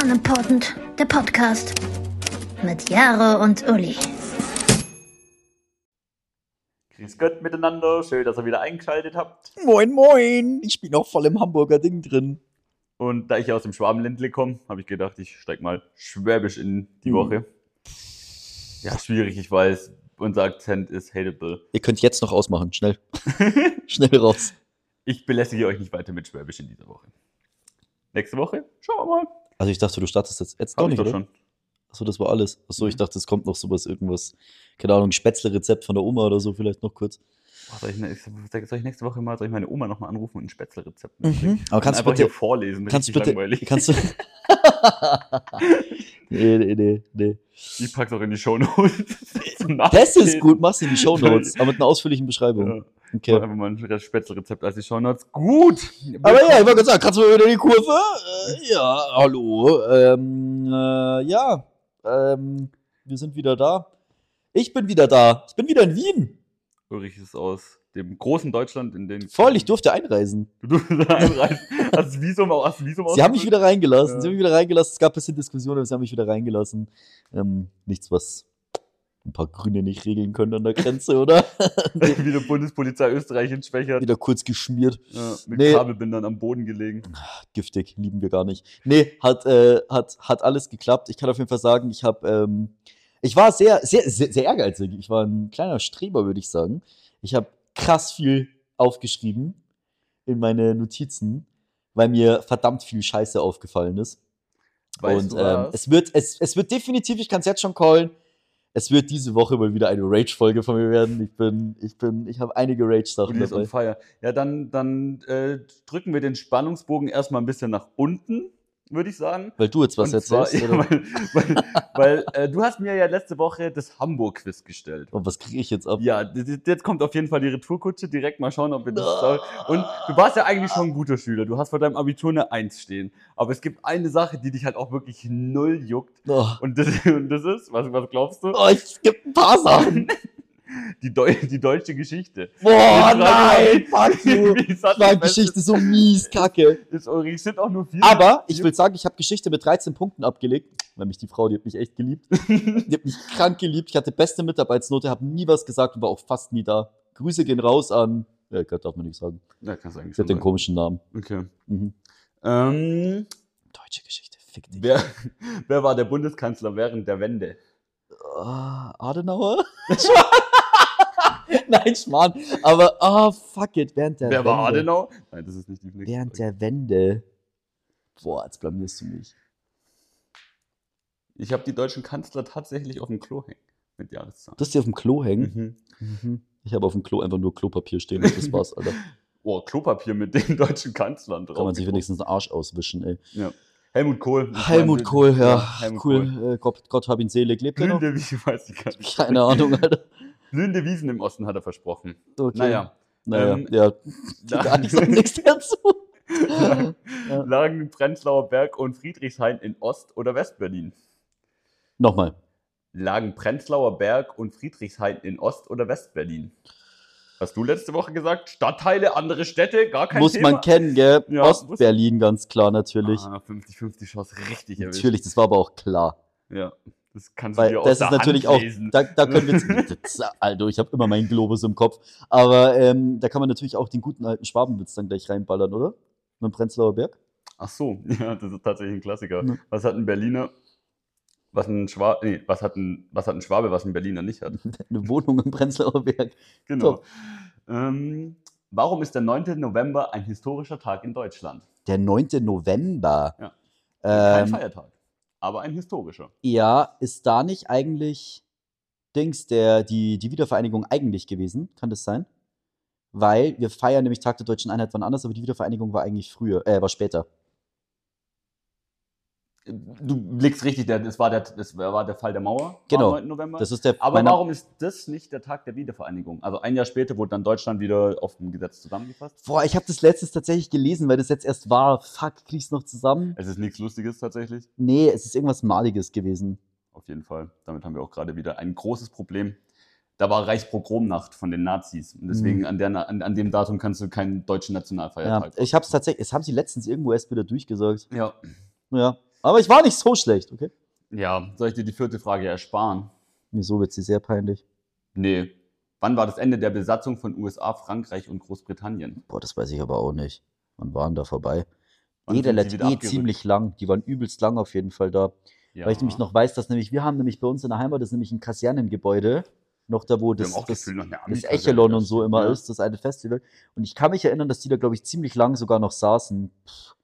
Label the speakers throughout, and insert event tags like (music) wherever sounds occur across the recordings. Speaker 1: Unimportant, der Podcast mit Jaro und Uli.
Speaker 2: Grüß Gott miteinander, schön, dass ihr wieder eingeschaltet habt.
Speaker 3: Moin, moin. Ich bin auch voll im Hamburger Ding drin.
Speaker 2: Und da ich ja aus dem Schwabenländle komme, habe ich gedacht, ich steig mal Schwäbisch in die
Speaker 3: Hm.
Speaker 2: Woche. Ja, schwierig, ich weiß. Unser Akzent ist hateable.
Speaker 3: Ihr könnt jetzt noch ausmachen. (laughs) Schnell. Schnell raus.
Speaker 2: Ich belästige euch nicht weiter mit Schwäbisch in dieser Woche. Nächste Woche? Schauen wir mal.
Speaker 3: Also ich dachte, du startest jetzt. Jetzt
Speaker 2: Hab
Speaker 3: doch
Speaker 2: ich
Speaker 3: nicht,
Speaker 2: doch
Speaker 3: oder?
Speaker 2: schon.
Speaker 3: Achso, das war alles. Achso, ich
Speaker 2: Mhm.
Speaker 3: dachte, es kommt noch sowas, irgendwas. Keine Ahnung, Spätzle-Rezept von der Oma oder so vielleicht noch kurz.
Speaker 2: Boah, soll, ich nächste, soll ich nächste Woche mal, soll ich meine Oma nochmal anrufen und ein Spätzle-Rezept mitbringen?
Speaker 3: Aber Mhm. kannst du
Speaker 2: einfach hier
Speaker 3: bitte...
Speaker 2: vorlesen,
Speaker 3: Kannst du
Speaker 2: richtig
Speaker 3: bitte...
Speaker 2: langweilig.
Speaker 3: (laughs) Kannst du... nee, nee, nee, nee.
Speaker 2: Ich pack's auch in die (laughs) Shownotes. Zum
Speaker 3: Das ist
Speaker 2: Nachlesen.
Speaker 3: gut, machst du in die (laughs) Shownotes, aber mit einer ausführlichen Beschreibung.
Speaker 2: Ja,
Speaker 3: Okay.
Speaker 2: Einfach mal ein Spätzle-Rezept als die Shownotes. Gut!
Speaker 3: Aber ja, ich wollte gerade sagen, kannst du mal wieder die Kurve? Äh, ja, hallo. Ähm, äh, ja, ähm, wir sind wieder da. Ich bin wieder da. Ich bin wieder in Wien.
Speaker 2: Ulrich ist aus dem großen Deutschland in den.
Speaker 3: Voll, ich durfte einreisen.
Speaker 2: (laughs) Du durfst da einreisen. Hast das Visum, auch- hast das Visum
Speaker 3: Sie haben mich
Speaker 2: ausgefüllt?
Speaker 3: wieder reingelassen.
Speaker 2: Ja.
Speaker 3: Sie haben mich wieder reingelassen. Es gab ein bisschen Diskussionen, aber sie haben mich wieder reingelassen. Ähm, nichts, was ein paar Grüne nicht regeln können an der Grenze, oder?
Speaker 2: (laughs)
Speaker 3: (laughs)
Speaker 2: Wieder Bundespolizei Österreich in Schwächert.
Speaker 3: wieder kurz geschmiert.
Speaker 2: Ja, mit
Speaker 3: Nee.
Speaker 2: Kabelbindern am Boden gelegen.
Speaker 3: giftig, lieben wir gar nicht. Nee, hat, äh, hat, hat alles geklappt. Ich kann auf jeden Fall sagen, ich habe, ähm, ich war sehr, sehr, sehr, sehr ehrgeizig. Ich war ein kleiner Streber, würde ich sagen. Ich habe krass viel aufgeschrieben in meine Notizen, weil mir verdammt viel Scheiße aufgefallen ist.
Speaker 2: Weißt
Speaker 3: und
Speaker 2: du
Speaker 3: ähm,
Speaker 2: was?
Speaker 3: es, wird, es, es wird definitiv, ich kann es jetzt schon callen, es wird diese Woche mal wieder eine Rage-Folge von mir werden. Ich bin, ich bin, ich habe einige Rage-Sachen
Speaker 2: Uli ist um on
Speaker 3: dabei.
Speaker 2: fire. Ja, dann, dann äh, drücken wir den Spannungsbogen erstmal ein bisschen nach unten, würde ich sagen.
Speaker 3: Weil du jetzt was
Speaker 2: Und zwar- (laughs)
Speaker 3: erzählst.
Speaker 2: ja,
Speaker 3: oder?
Speaker 2: weil weil, weil äh, du hast mir ja letzte Woche das Hamburg-Quiz gestellt.
Speaker 3: Und was kriege ich jetzt ab?
Speaker 2: Ja, d- d- jetzt kommt auf jeden Fall die Retourkutsche. Direkt mal schauen, ob wir das. Und du warst ja eigentlich schon ein guter Schüler. Du hast vor deinem Abitur eine Eins stehen. Aber es gibt eine Sache, die dich halt auch wirklich null juckt.
Speaker 3: Oh.
Speaker 2: Und das, (laughs) und das ist, was, was glaubst
Speaker 3: (laughs)
Speaker 2: du?
Speaker 3: Oh, es gibt ein paar Sachen.
Speaker 2: Die, Deu die deutsche
Speaker 3: (laughs)
Speaker 2: Geschichte.
Speaker 3: Boah,
Speaker 2: Wir
Speaker 3: nein,
Speaker 2: (laughs) fragen-
Speaker 3: fuck you.
Speaker 2: Wie satt
Speaker 3: Das war
Speaker 2: die Welt
Speaker 3: Geschichte so mies, kacke.
Speaker 2: Ist, ist Ulrich, sind auch nur vier.
Speaker 3: Aber ich will sagen, ich habe Geschichte mit 13 Punkten abgelegt. Nämlich die Frau, die hat mich echt geliebt. Die hat mich krank geliebt. Ich hatte beste Mitarbeitsnote, habe nie was gesagt und war auch fast nie da. Grüße gehen raus an. Ja, Gott, darf man nicht sagen.
Speaker 2: Ja, kannst du eigentlich
Speaker 3: Sie
Speaker 2: schon
Speaker 3: hat den
Speaker 2: sagen.
Speaker 3: komischen Namen.
Speaker 2: Okay.
Speaker 3: Mhm.
Speaker 2: Ähm,
Speaker 3: Deutsche Geschichte, fick dich.
Speaker 2: wer, (laughs) wer war der Bundeskanzler während der Wende?
Speaker 3: Ah, Adenauer? (laughs) Nein, Schmarrn. Aber, ah, fuck it, während der
Speaker 2: wer war
Speaker 3: Wende.
Speaker 2: Adenau? Nein, das ist nicht die nächste
Speaker 3: Während
Speaker 2: Frage.
Speaker 3: der Wende. Boah, jetzt blamierst du mich.
Speaker 2: Ich habe die deutschen Kanzler tatsächlich auf dem Klo hängen mit Jahreszahlen.
Speaker 3: Das hier auf dem Klo hängen?
Speaker 2: Mhm.
Speaker 3: Ich habe auf dem Klo einfach nur Klopapier stehen und das war's,
Speaker 2: (laughs)
Speaker 3: Alter.
Speaker 2: Oh, Klopapier mit den (laughs) deutschen Kanzlern drauf.
Speaker 3: Kann man sich wenigstens den Arsch auswischen, ey.
Speaker 2: Helmut Kohl. Ich
Speaker 3: Helmut
Speaker 2: meine,
Speaker 3: Kohl, ja.
Speaker 2: ja, Helmut
Speaker 3: cool. Genau.
Speaker 2: Kohl.
Speaker 3: Äh, Gott, Gott hab ihn selig. Lebt er noch?
Speaker 2: Blühende Wiesen, (laughs) weiß ich gar nicht.
Speaker 3: Keine Ahnung,
Speaker 2: (laughs)
Speaker 3: Alter.
Speaker 2: Blühende Wiesen im Osten hat er versprochen.
Speaker 3: Okay.
Speaker 2: Naja.
Speaker 3: Naja,
Speaker 2: ähm,
Speaker 3: (laughs) ja. Da ich sag
Speaker 2: Lagen, (laughs)
Speaker 3: nichts (laughs) dazu.
Speaker 2: lagen Prenzlauer Berg und Friedrichshain in Ost- oder Westberlin?
Speaker 3: Nochmal.
Speaker 2: Lagen Prenzlauer Berg und Friedrichshain in Ost- oder Westberlin? Hast du letzte Woche gesagt? Stadtteile, andere Städte, gar kein
Speaker 3: Muss
Speaker 2: Thema.
Speaker 3: man kennen, gell?
Speaker 2: Ja,
Speaker 3: Ostberlin, ganz klar, natürlich.
Speaker 2: Ah, 50-50 Chance, richtig erwischt.
Speaker 3: natürlich, das war aber auch klar.
Speaker 2: Ja, das kannst du
Speaker 3: Weil
Speaker 2: dir aus
Speaker 3: das
Speaker 2: der
Speaker 3: ist natürlich
Speaker 2: Hand
Speaker 3: auch,
Speaker 2: lesen.
Speaker 3: da, da können
Speaker 2: (laughs)
Speaker 3: wir, das, Alter, ich habe immer meinen Globus im Kopf, aber ähm, da kann man natürlich auch den guten alten Schwabenwitz dann gleich reinballern, oder? Mit dem Prenzlauer Berg? (laughs)
Speaker 2: Ach so, (laughs) ja, das ist tatsächlich ein Klassiker.
Speaker 3: Ne.
Speaker 2: Was hat ein Berliner, was ein Schwabe, nee, was hat ein, was hat ein Schwabe, was ein Berliner nicht
Speaker 3: (laughs)
Speaker 2: hat?
Speaker 3: Eine Wohnung im Prenzlauer Berg.
Speaker 2: Genau. Ähm, warum ist der 9. November ein historischer Tag in Deutschland?
Speaker 3: Der 9. November.
Speaker 2: Ja. Kein
Speaker 3: Ähm,
Speaker 2: Feiertag, aber ein historischer.
Speaker 3: ja, ist da nicht eigentlich Dings, der, die, die Wiedervereinigung eigentlich gewesen? Kann das sein? Weil wir feiern nämlich Tag der Deutschen Einheit wann anders, aber die Wiedervereinigung war eigentlich früher, äh, war später.
Speaker 2: Du legst richtig, der, das, war der, das war der Fall der Mauer
Speaker 3: Genau.
Speaker 2: am 9. November.
Speaker 3: Das ist der,
Speaker 2: aber
Speaker 3: meiner-
Speaker 2: warum ist das nicht der Tag der Wiedervereinigung? Also ein Jahr später wurde dann Deutschland wieder auf dem Gesetz zusammengefasst.
Speaker 3: Boah, ich habe das letztes tatsächlich gelesen, weil das jetzt erst war. Fuck, krieg's noch zusammen?
Speaker 2: Es ist nichts Lustiges tatsächlich.
Speaker 3: Nee, es ist irgendwas Maliges gewesen.
Speaker 2: Auf jeden Fall. Damit haben wir auch gerade wieder ein großes Problem. Da war Reichsprogromnacht von den Nazis. Und deswegen
Speaker 3: Mhm.
Speaker 2: an, der, Na- an, an dem Datum kannst du keinen deutschen
Speaker 3: Ja,
Speaker 2: Nationalfeiertag.
Speaker 3: ich hab's tatsächlich, es haben sie letztens irgendwo erst wieder durchgesagt.
Speaker 2: Ja,
Speaker 3: Ja, Aber ich war nicht so schlecht, okay?
Speaker 2: Ja, soll ich dir die vierte Frage ersparen?
Speaker 3: Wieso wird sie sehr peinlich?
Speaker 2: Nee. Wann war das Ende der Besatzung von USA, Frankreich und Großbritannien?
Speaker 3: Boah, das weiß ich aber auch nicht. Man waren da vorbei.
Speaker 2: Wann
Speaker 3: Nee, der
Speaker 2: sind sie
Speaker 3: letzte
Speaker 2: wieder
Speaker 3: eh
Speaker 2: abgerückt?
Speaker 3: ziemlich lang. Die waren übelst lang auf jeden Fall da.
Speaker 2: Ja.
Speaker 3: Weil ich nämlich noch weiß, dass nämlich, wir haben nämlich bei uns in der Heimat, das ist nämlich ein Kasernengebäude, noch da, wo
Speaker 2: Wir
Speaker 3: das,
Speaker 2: haben auch
Speaker 3: das,
Speaker 2: Gefühl noch eine
Speaker 3: das
Speaker 2: Ami-Kaserne
Speaker 3: Echelon
Speaker 2: da
Speaker 3: und so immer
Speaker 2: steht, ne?
Speaker 3: ist, das eine Festival. Und ich kann mich erinnern, dass die da, glaube ich, ziemlich lang sogar noch saßen. Pff,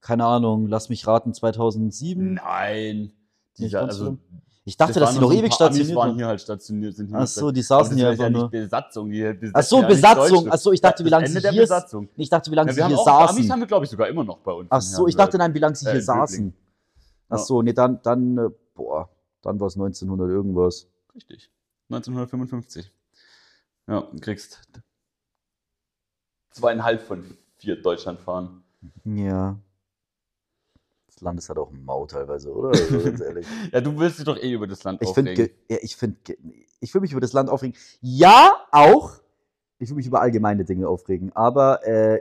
Speaker 3: keine Ahnung, lass mich raten, 2007.
Speaker 2: Nein.
Speaker 3: Nicht
Speaker 2: Dieser,
Speaker 3: ganz
Speaker 2: also,
Speaker 3: schlimm. Ich dachte, dass die noch ewig stationiert
Speaker 2: waren.
Speaker 3: waren.
Speaker 2: hier halt stationiert. Sind hier
Speaker 3: Ach so, die saßen hier
Speaker 2: hier ja
Speaker 3: einfach
Speaker 2: nicht
Speaker 3: nur.
Speaker 2: Besatzung. Die besetzen
Speaker 3: Ach so,
Speaker 2: ja nicht
Speaker 3: Besatzung.
Speaker 2: Deutschland.
Speaker 3: Ach so, ich dachte, wie
Speaker 2: Das
Speaker 3: lange
Speaker 2: Ende
Speaker 3: sie
Speaker 2: der
Speaker 3: hier,
Speaker 2: Besatzung.
Speaker 3: ich dachte, wie lange
Speaker 2: Ja,
Speaker 3: sie
Speaker 2: wir haben
Speaker 3: hier
Speaker 2: auch, Amis
Speaker 3: saßen.
Speaker 2: haben wir, glaube ich, sogar immer noch bei uns.
Speaker 3: Ach
Speaker 2: in
Speaker 3: so, ich
Speaker 2: Herrenberg.
Speaker 3: dachte, nein, wie lange sie
Speaker 2: Äh,
Speaker 3: hier
Speaker 2: in
Speaker 3: saßen. Ach
Speaker 2: Ja.
Speaker 3: so, nee, dann, dann, äh, boah, dann war es 1900 irgendwas.
Speaker 2: Richtig. 1955. Ja, und kriegst zweieinhalb von vier Deutschland fahren.
Speaker 3: Ja. Das Landes hat auch einen Mau teilweise, oder? Also,
Speaker 2: (laughs)
Speaker 3: ganz ehrlich.
Speaker 2: Ja, du willst dich doch eh über das Land
Speaker 3: Ich finde,
Speaker 2: aufregen.
Speaker 3: ge- ja, ich finde, ge- ich will mich über das Land aufregen. Ja, auch. Ich will mich über allgemeine Dinge aufregen. Aber äh,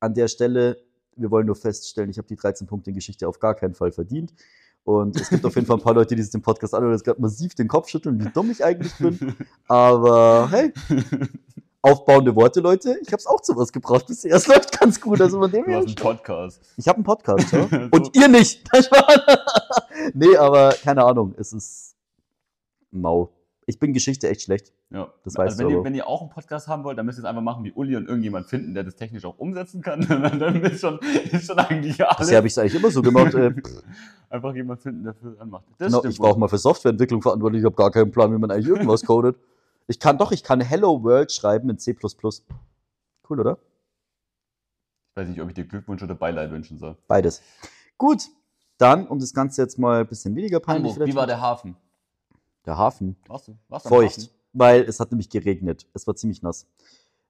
Speaker 3: an der Stelle, wir wollen nur feststellen, ich habe die 13 Punkte in Geschichte auf gar keinen Fall verdient. Und es gibt auf jeden Fall ein paar Leute, die sich den Podcast anhören, das gerade massiv den Kopf schütteln, wie dumm ich eigentlich bin. Aber hey, aufbauende Worte, Leute. Ich habe es auch zu was gebracht bisher. Es läuft ganz gut. Also von dem
Speaker 2: Du
Speaker 3: her.
Speaker 2: hast einen Podcast.
Speaker 3: Ich habe einen Podcast, ja?
Speaker 2: So.
Speaker 3: Und ihr nicht. (laughs) Das war- nee, aber keine Ahnung, es ist mau. Ich bin Geschichte echt schlecht.
Speaker 2: Ja,
Speaker 3: Das weißt
Speaker 2: also wenn,
Speaker 3: du
Speaker 2: ihr,
Speaker 3: aber.
Speaker 2: wenn ihr auch einen Podcast haben wollt, dann müsst ihr es einfach machen wie Uli und irgendjemand finden, der das technisch auch umsetzen kann. (laughs) dann ist schon, ist schon eigentlich alles.
Speaker 3: Bisher habe ich es eigentlich immer so gemacht. Äh,
Speaker 2: einfach jemand finden, der das anmacht. (laughs) Das
Speaker 3: genau,
Speaker 2: stimmt
Speaker 3: ich war auch
Speaker 2: wohl.
Speaker 3: mal für Softwareentwicklung verantwortlich. Ich habe gar keinen Plan, wie man
Speaker 2: (laughs)
Speaker 3: eigentlich irgendwas codet. Ich kann doch, ich kann Hello World schreiben in C. Cool, oder?
Speaker 2: Ich weiß nicht, ob ich dir Glückwunsch oder Beileid wünschen soll.
Speaker 3: Beides. Gut, dann, um das Ganze jetzt mal ein bisschen weniger peinlich
Speaker 2: Hamburg, wie war der Hafen?
Speaker 3: Der Hafen.
Speaker 2: Warst du? Warst du am
Speaker 3: feucht,
Speaker 2: Hafen?
Speaker 3: weil es hat nämlich geregnet. Es war ziemlich nass.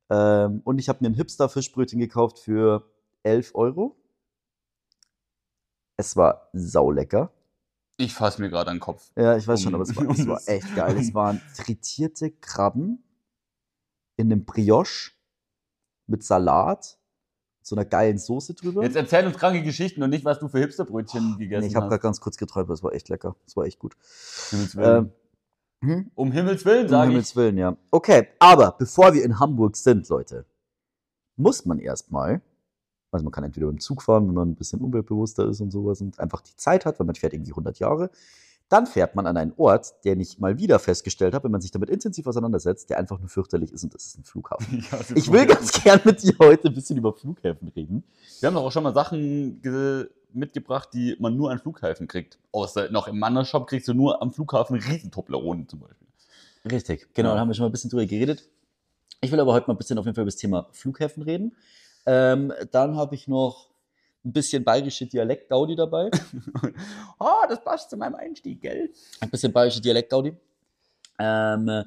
Speaker 3: Ähm, und ich habe mir ein Hipster-Fischbrötchen gekauft für 11 Euro. Es war saulecker.
Speaker 2: Ich fasse mir gerade an den Kopf.
Speaker 3: Ja, ich weiß
Speaker 2: Um-
Speaker 3: schon, aber es war, es
Speaker 2: um
Speaker 3: war
Speaker 2: das-
Speaker 3: echt geil. Es waren (laughs) frittierte Krabben in einem Brioche mit Salat, so einer geilen Soße drüber.
Speaker 2: Jetzt erzähl uns kranke Geschichten und nicht, was du für Hipsterbrötchen gegessen
Speaker 3: Ah, nee, ich habe
Speaker 2: hast.
Speaker 3: gerade ganz kurz geträumt, aber es war echt lecker. Es war echt gut.
Speaker 2: Himmels Willen.
Speaker 3: Ähm, hm?
Speaker 2: um Himmels Willen,
Speaker 3: Um
Speaker 2: sage
Speaker 3: Himmels
Speaker 2: ich.
Speaker 3: Willen, ja. Okay, aber bevor wir in Hamburg sind, Leute, muss man erstmal, also man kann entweder mit dem Zug fahren, wenn man ein bisschen umweltbewusster ist und sowas und einfach die Zeit hat, weil man fährt irgendwie 100 Jahre, dann fährt man an einen Ort, den ich mal wieder festgestellt habe, wenn man sich damit intensiv auseinandersetzt, der einfach nur fürchterlich ist und das ist ein Flughafen.
Speaker 2: Ich, hasse
Speaker 3: Ich will
Speaker 2: (laughs) Brötchen.
Speaker 3: ganz gern mit dir heute ein bisschen über Flughäfen reden.
Speaker 2: Wir haben doch auch schon mal Sachen ge- mitgebracht, die man nur an Flughäfen kriegt. Außer noch im Mannershop kriegst du nur am Flughafen Riesentobleronen zum Beispiel.
Speaker 3: Richtig, genau,
Speaker 2: Ja.
Speaker 3: da haben wir schon mal ein bisschen drüber geredet. Ich will aber heute mal ein bisschen auf jeden Fall über das Thema Flughäfen reden. Ähm, dann habe ich noch ein bisschen bayerische
Speaker 2: (laughs)
Speaker 3: Dialekt-Gaudi dabei.
Speaker 2: Oh,
Speaker 3: Ah,
Speaker 2: das passt zu meinem Einstieg, gell?
Speaker 3: Ein bisschen bayerische Dialekt-Gaudi. Ähm, äh,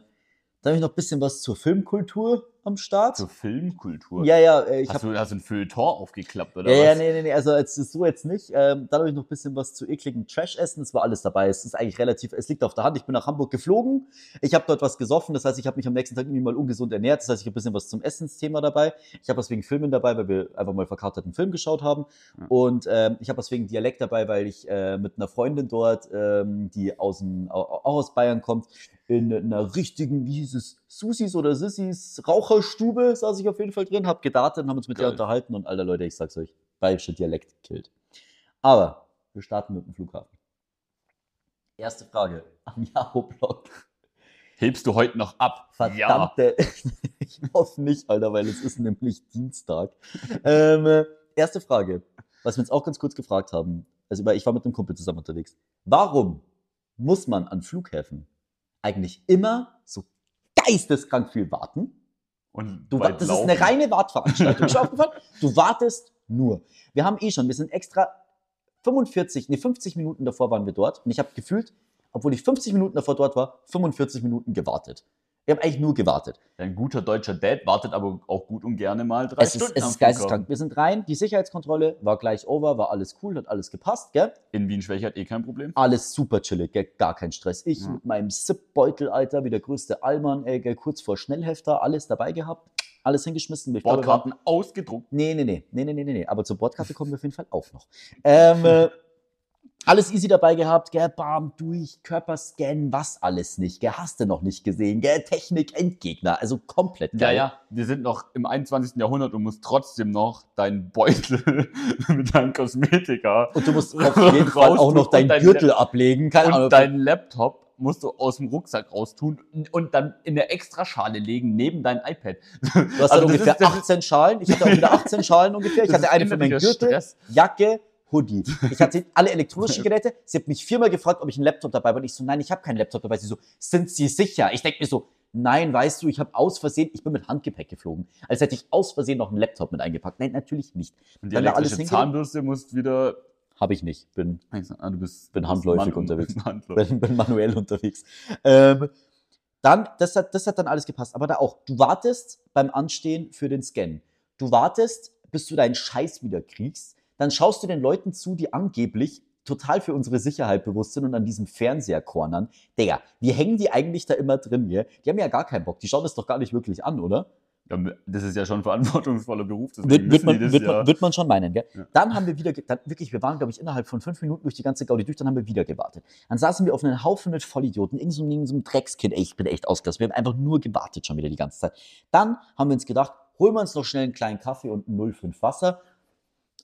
Speaker 3: dann habe ich noch ein bisschen was zur Filmkultur am Start.
Speaker 2: Zur Filmkultur.
Speaker 3: ja, ja, äh, ich
Speaker 2: hast,
Speaker 3: habe.
Speaker 2: du, hast du ein Feuilleton aufgeklappt, oder
Speaker 3: Ja, ja,
Speaker 2: was?
Speaker 3: nee, nee, nee, also jetzt, so jetzt nicht. Ähm, dann habe ich noch ein bisschen was zu ekligem Trash-Essen. Es war alles dabei. Es ist eigentlich relativ, es liegt auf der Hand. Ich bin nach Hamburg geflogen. Ich habe dort was gesoffen. Das heißt, ich habe mich am nächsten Tag irgendwie mal ungesund ernährt. Das heißt, ich habe ein bisschen was zum Essensthema dabei. Ich habe was wegen Filmen dabei, weil wir einfach mal verkaterten Film geschaut haben.
Speaker 2: Ja.
Speaker 3: Und ähm, ich habe was wegen Dialekt dabei, weil ich äh, mit einer Freundin dort, ähm, die aus dem, au- auch aus Bayern kommt, in einer richtigen, wie hieß es, Susis oder Sissis Raucherstube saß ich auf jeden Fall drin, hab gedartet und haben uns mit der
Speaker 2: Geil.
Speaker 3: unterhalten und alter Leute, ich sag's euch, bayerischer Dialekt killt. Aber wir starten mit dem Flughafen. Erste Frage am Jaro-Blog.
Speaker 2: Hebst du heute noch ab? Ja.
Speaker 3: Verdammte. (laughs) ich hoffe nicht, Alter, weil es ist nämlich Dienstag. Ähm, äh, erste Frage, was wir uns auch ganz kurz gefragt haben. Also, weil ich war mit einem Kumpel zusammen unterwegs. Warum muss man an Flughäfen eigentlich immer so geisteskrank viel warten?
Speaker 2: Und
Speaker 3: Du, wa-
Speaker 2: weit
Speaker 3: das
Speaker 2: laufen.
Speaker 3: ist eine reine Wartveranstaltung. Ist dir aufgefallen? Du wartest nur. Wir haben eh schon, wir sind extra 45, nee, 50 Minuten davor waren wir dort und ich habe gefühlt, obwohl ich 50 Minuten davor dort war, 45 Minuten gewartet. Wir haben eigentlich nur gewartet.
Speaker 2: Ein guter deutscher Dad wartet aber auch gut und gerne mal drei
Speaker 3: es ist,
Speaker 2: Stunden
Speaker 3: es
Speaker 2: am
Speaker 3: ist
Speaker 2: Flughafen.
Speaker 3: geisteskrank. Wir sind rein, die Sicherheitskontrolle war gleich over, war alles cool, hat alles gepasst, gell?
Speaker 2: In Wien-Schwächert eh kein Problem.
Speaker 3: Alles super chillig, gell? gar kein Stress. Ich
Speaker 2: Ja.
Speaker 3: mit meinem Zip-Beutel, Alter, wie der größte Allmann, ey, gell? kurz vor Schnellhefter, alles dabei gehabt, alles hingeschmissen. Ich glaube, wir waren-
Speaker 2: Bordkarten ausgedruckt.
Speaker 3: Nee, nee, nee, nee, nee, nee, nee, nee. Aber zur Bordkarte kommen wir auf jeden Fall auch noch. Ähm, äh, Alles easy dabei gehabt, gell, bam, durch, Körperscan, was alles nicht, gell, hast du noch nicht gesehen, gell, Technik, Endgegner, also komplett
Speaker 2: Ja,
Speaker 3: geil.
Speaker 2: ja, wir sind noch im 21. Jahrhundert und musst trotzdem noch deinen Beutel (laughs) mit deinem Kosmetika
Speaker 3: Und du
Speaker 2: (laughs)
Speaker 3: musst auf jeden Fall auch noch
Speaker 2: Rausdrücken
Speaker 3: deinen
Speaker 2: und dein-
Speaker 3: Gürtel ablegen, keine Ahnung.
Speaker 2: und deinen Laptop musst du aus dem Rucksack raustun und dann in eine Extraschale legen neben dein iPad.
Speaker 3: Du hast dann ungefähr 18 Schalen. Ich hatte auch wieder 18 Schalen ungefähr. Ich hatte eine für meinen Gürtel,
Speaker 2: Stress.
Speaker 3: Jacke, Hoodie. Ich hatte alle elektronischen Geräte. Sie hat mich viermal gefragt, ob ich einen Laptop dabei habe. Und ich so, nein, ich habe keinen Laptop dabei. Sie so, sind Sie sicher? Ich denke mir so, nein, weißt du, ich habe aus Versehen, ich bin mit Handgepäck geflogen. Als hätte ich aus Versehen noch einen Laptop mit eingepackt. Nein, natürlich nicht.
Speaker 2: Und die
Speaker 3: Wenn da alles
Speaker 2: elektrische
Speaker 3: hingeht-
Speaker 2: Zahnbürste musst wieder.
Speaker 3: Habe ich nicht. Bin,
Speaker 2: Ah, du bist,
Speaker 3: Bin
Speaker 2: du bist
Speaker 3: handläufig
Speaker 2: Mann-
Speaker 3: unterwegs.
Speaker 2: Handläufig.
Speaker 3: bin, bin manuell unterwegs. Ähm, dann, das hat, das hat dann alles gepasst. Aber da auch, du wartest beim Anstehen für den Scan. Du wartest, bis du deinen Scheiß wieder kriegst. Dann schaust du den Leuten zu, die angeblich total für unsere Sicherheit bewusst sind und an diesem Fernseher cornern. Digga, wie hängen die eigentlich da immer drin hier? Die haben ja gar keinen Bock. Die schauen das doch gar nicht wirklich an, oder?
Speaker 2: Ja, das ist ja schon ein verantwortungsvoller Beruf. deswegen
Speaker 3: Wird, wird,
Speaker 2: müssen die
Speaker 3: man,
Speaker 2: das
Speaker 3: wird,
Speaker 2: ja-
Speaker 3: man, wird man schon meinen, gell?
Speaker 2: Ja.
Speaker 3: Dann haben wir wieder, ge- dann wirklich, wir waren, glaube ich, innerhalb von fünf Minuten durch die ganze Gaudi durch, dann haben wir wieder gewartet. Dann saßen wir auf einem Haufen mit Vollidioten, irgend so, irgend so einem Dreckskind, ey, ich bin echt ausgelassen. Wir haben einfach nur gewartet schon wieder die ganze Zeit. Dann haben wir uns gedacht, holen wir uns noch schnell einen kleinen Kaffee und ein 0,5 Wasser.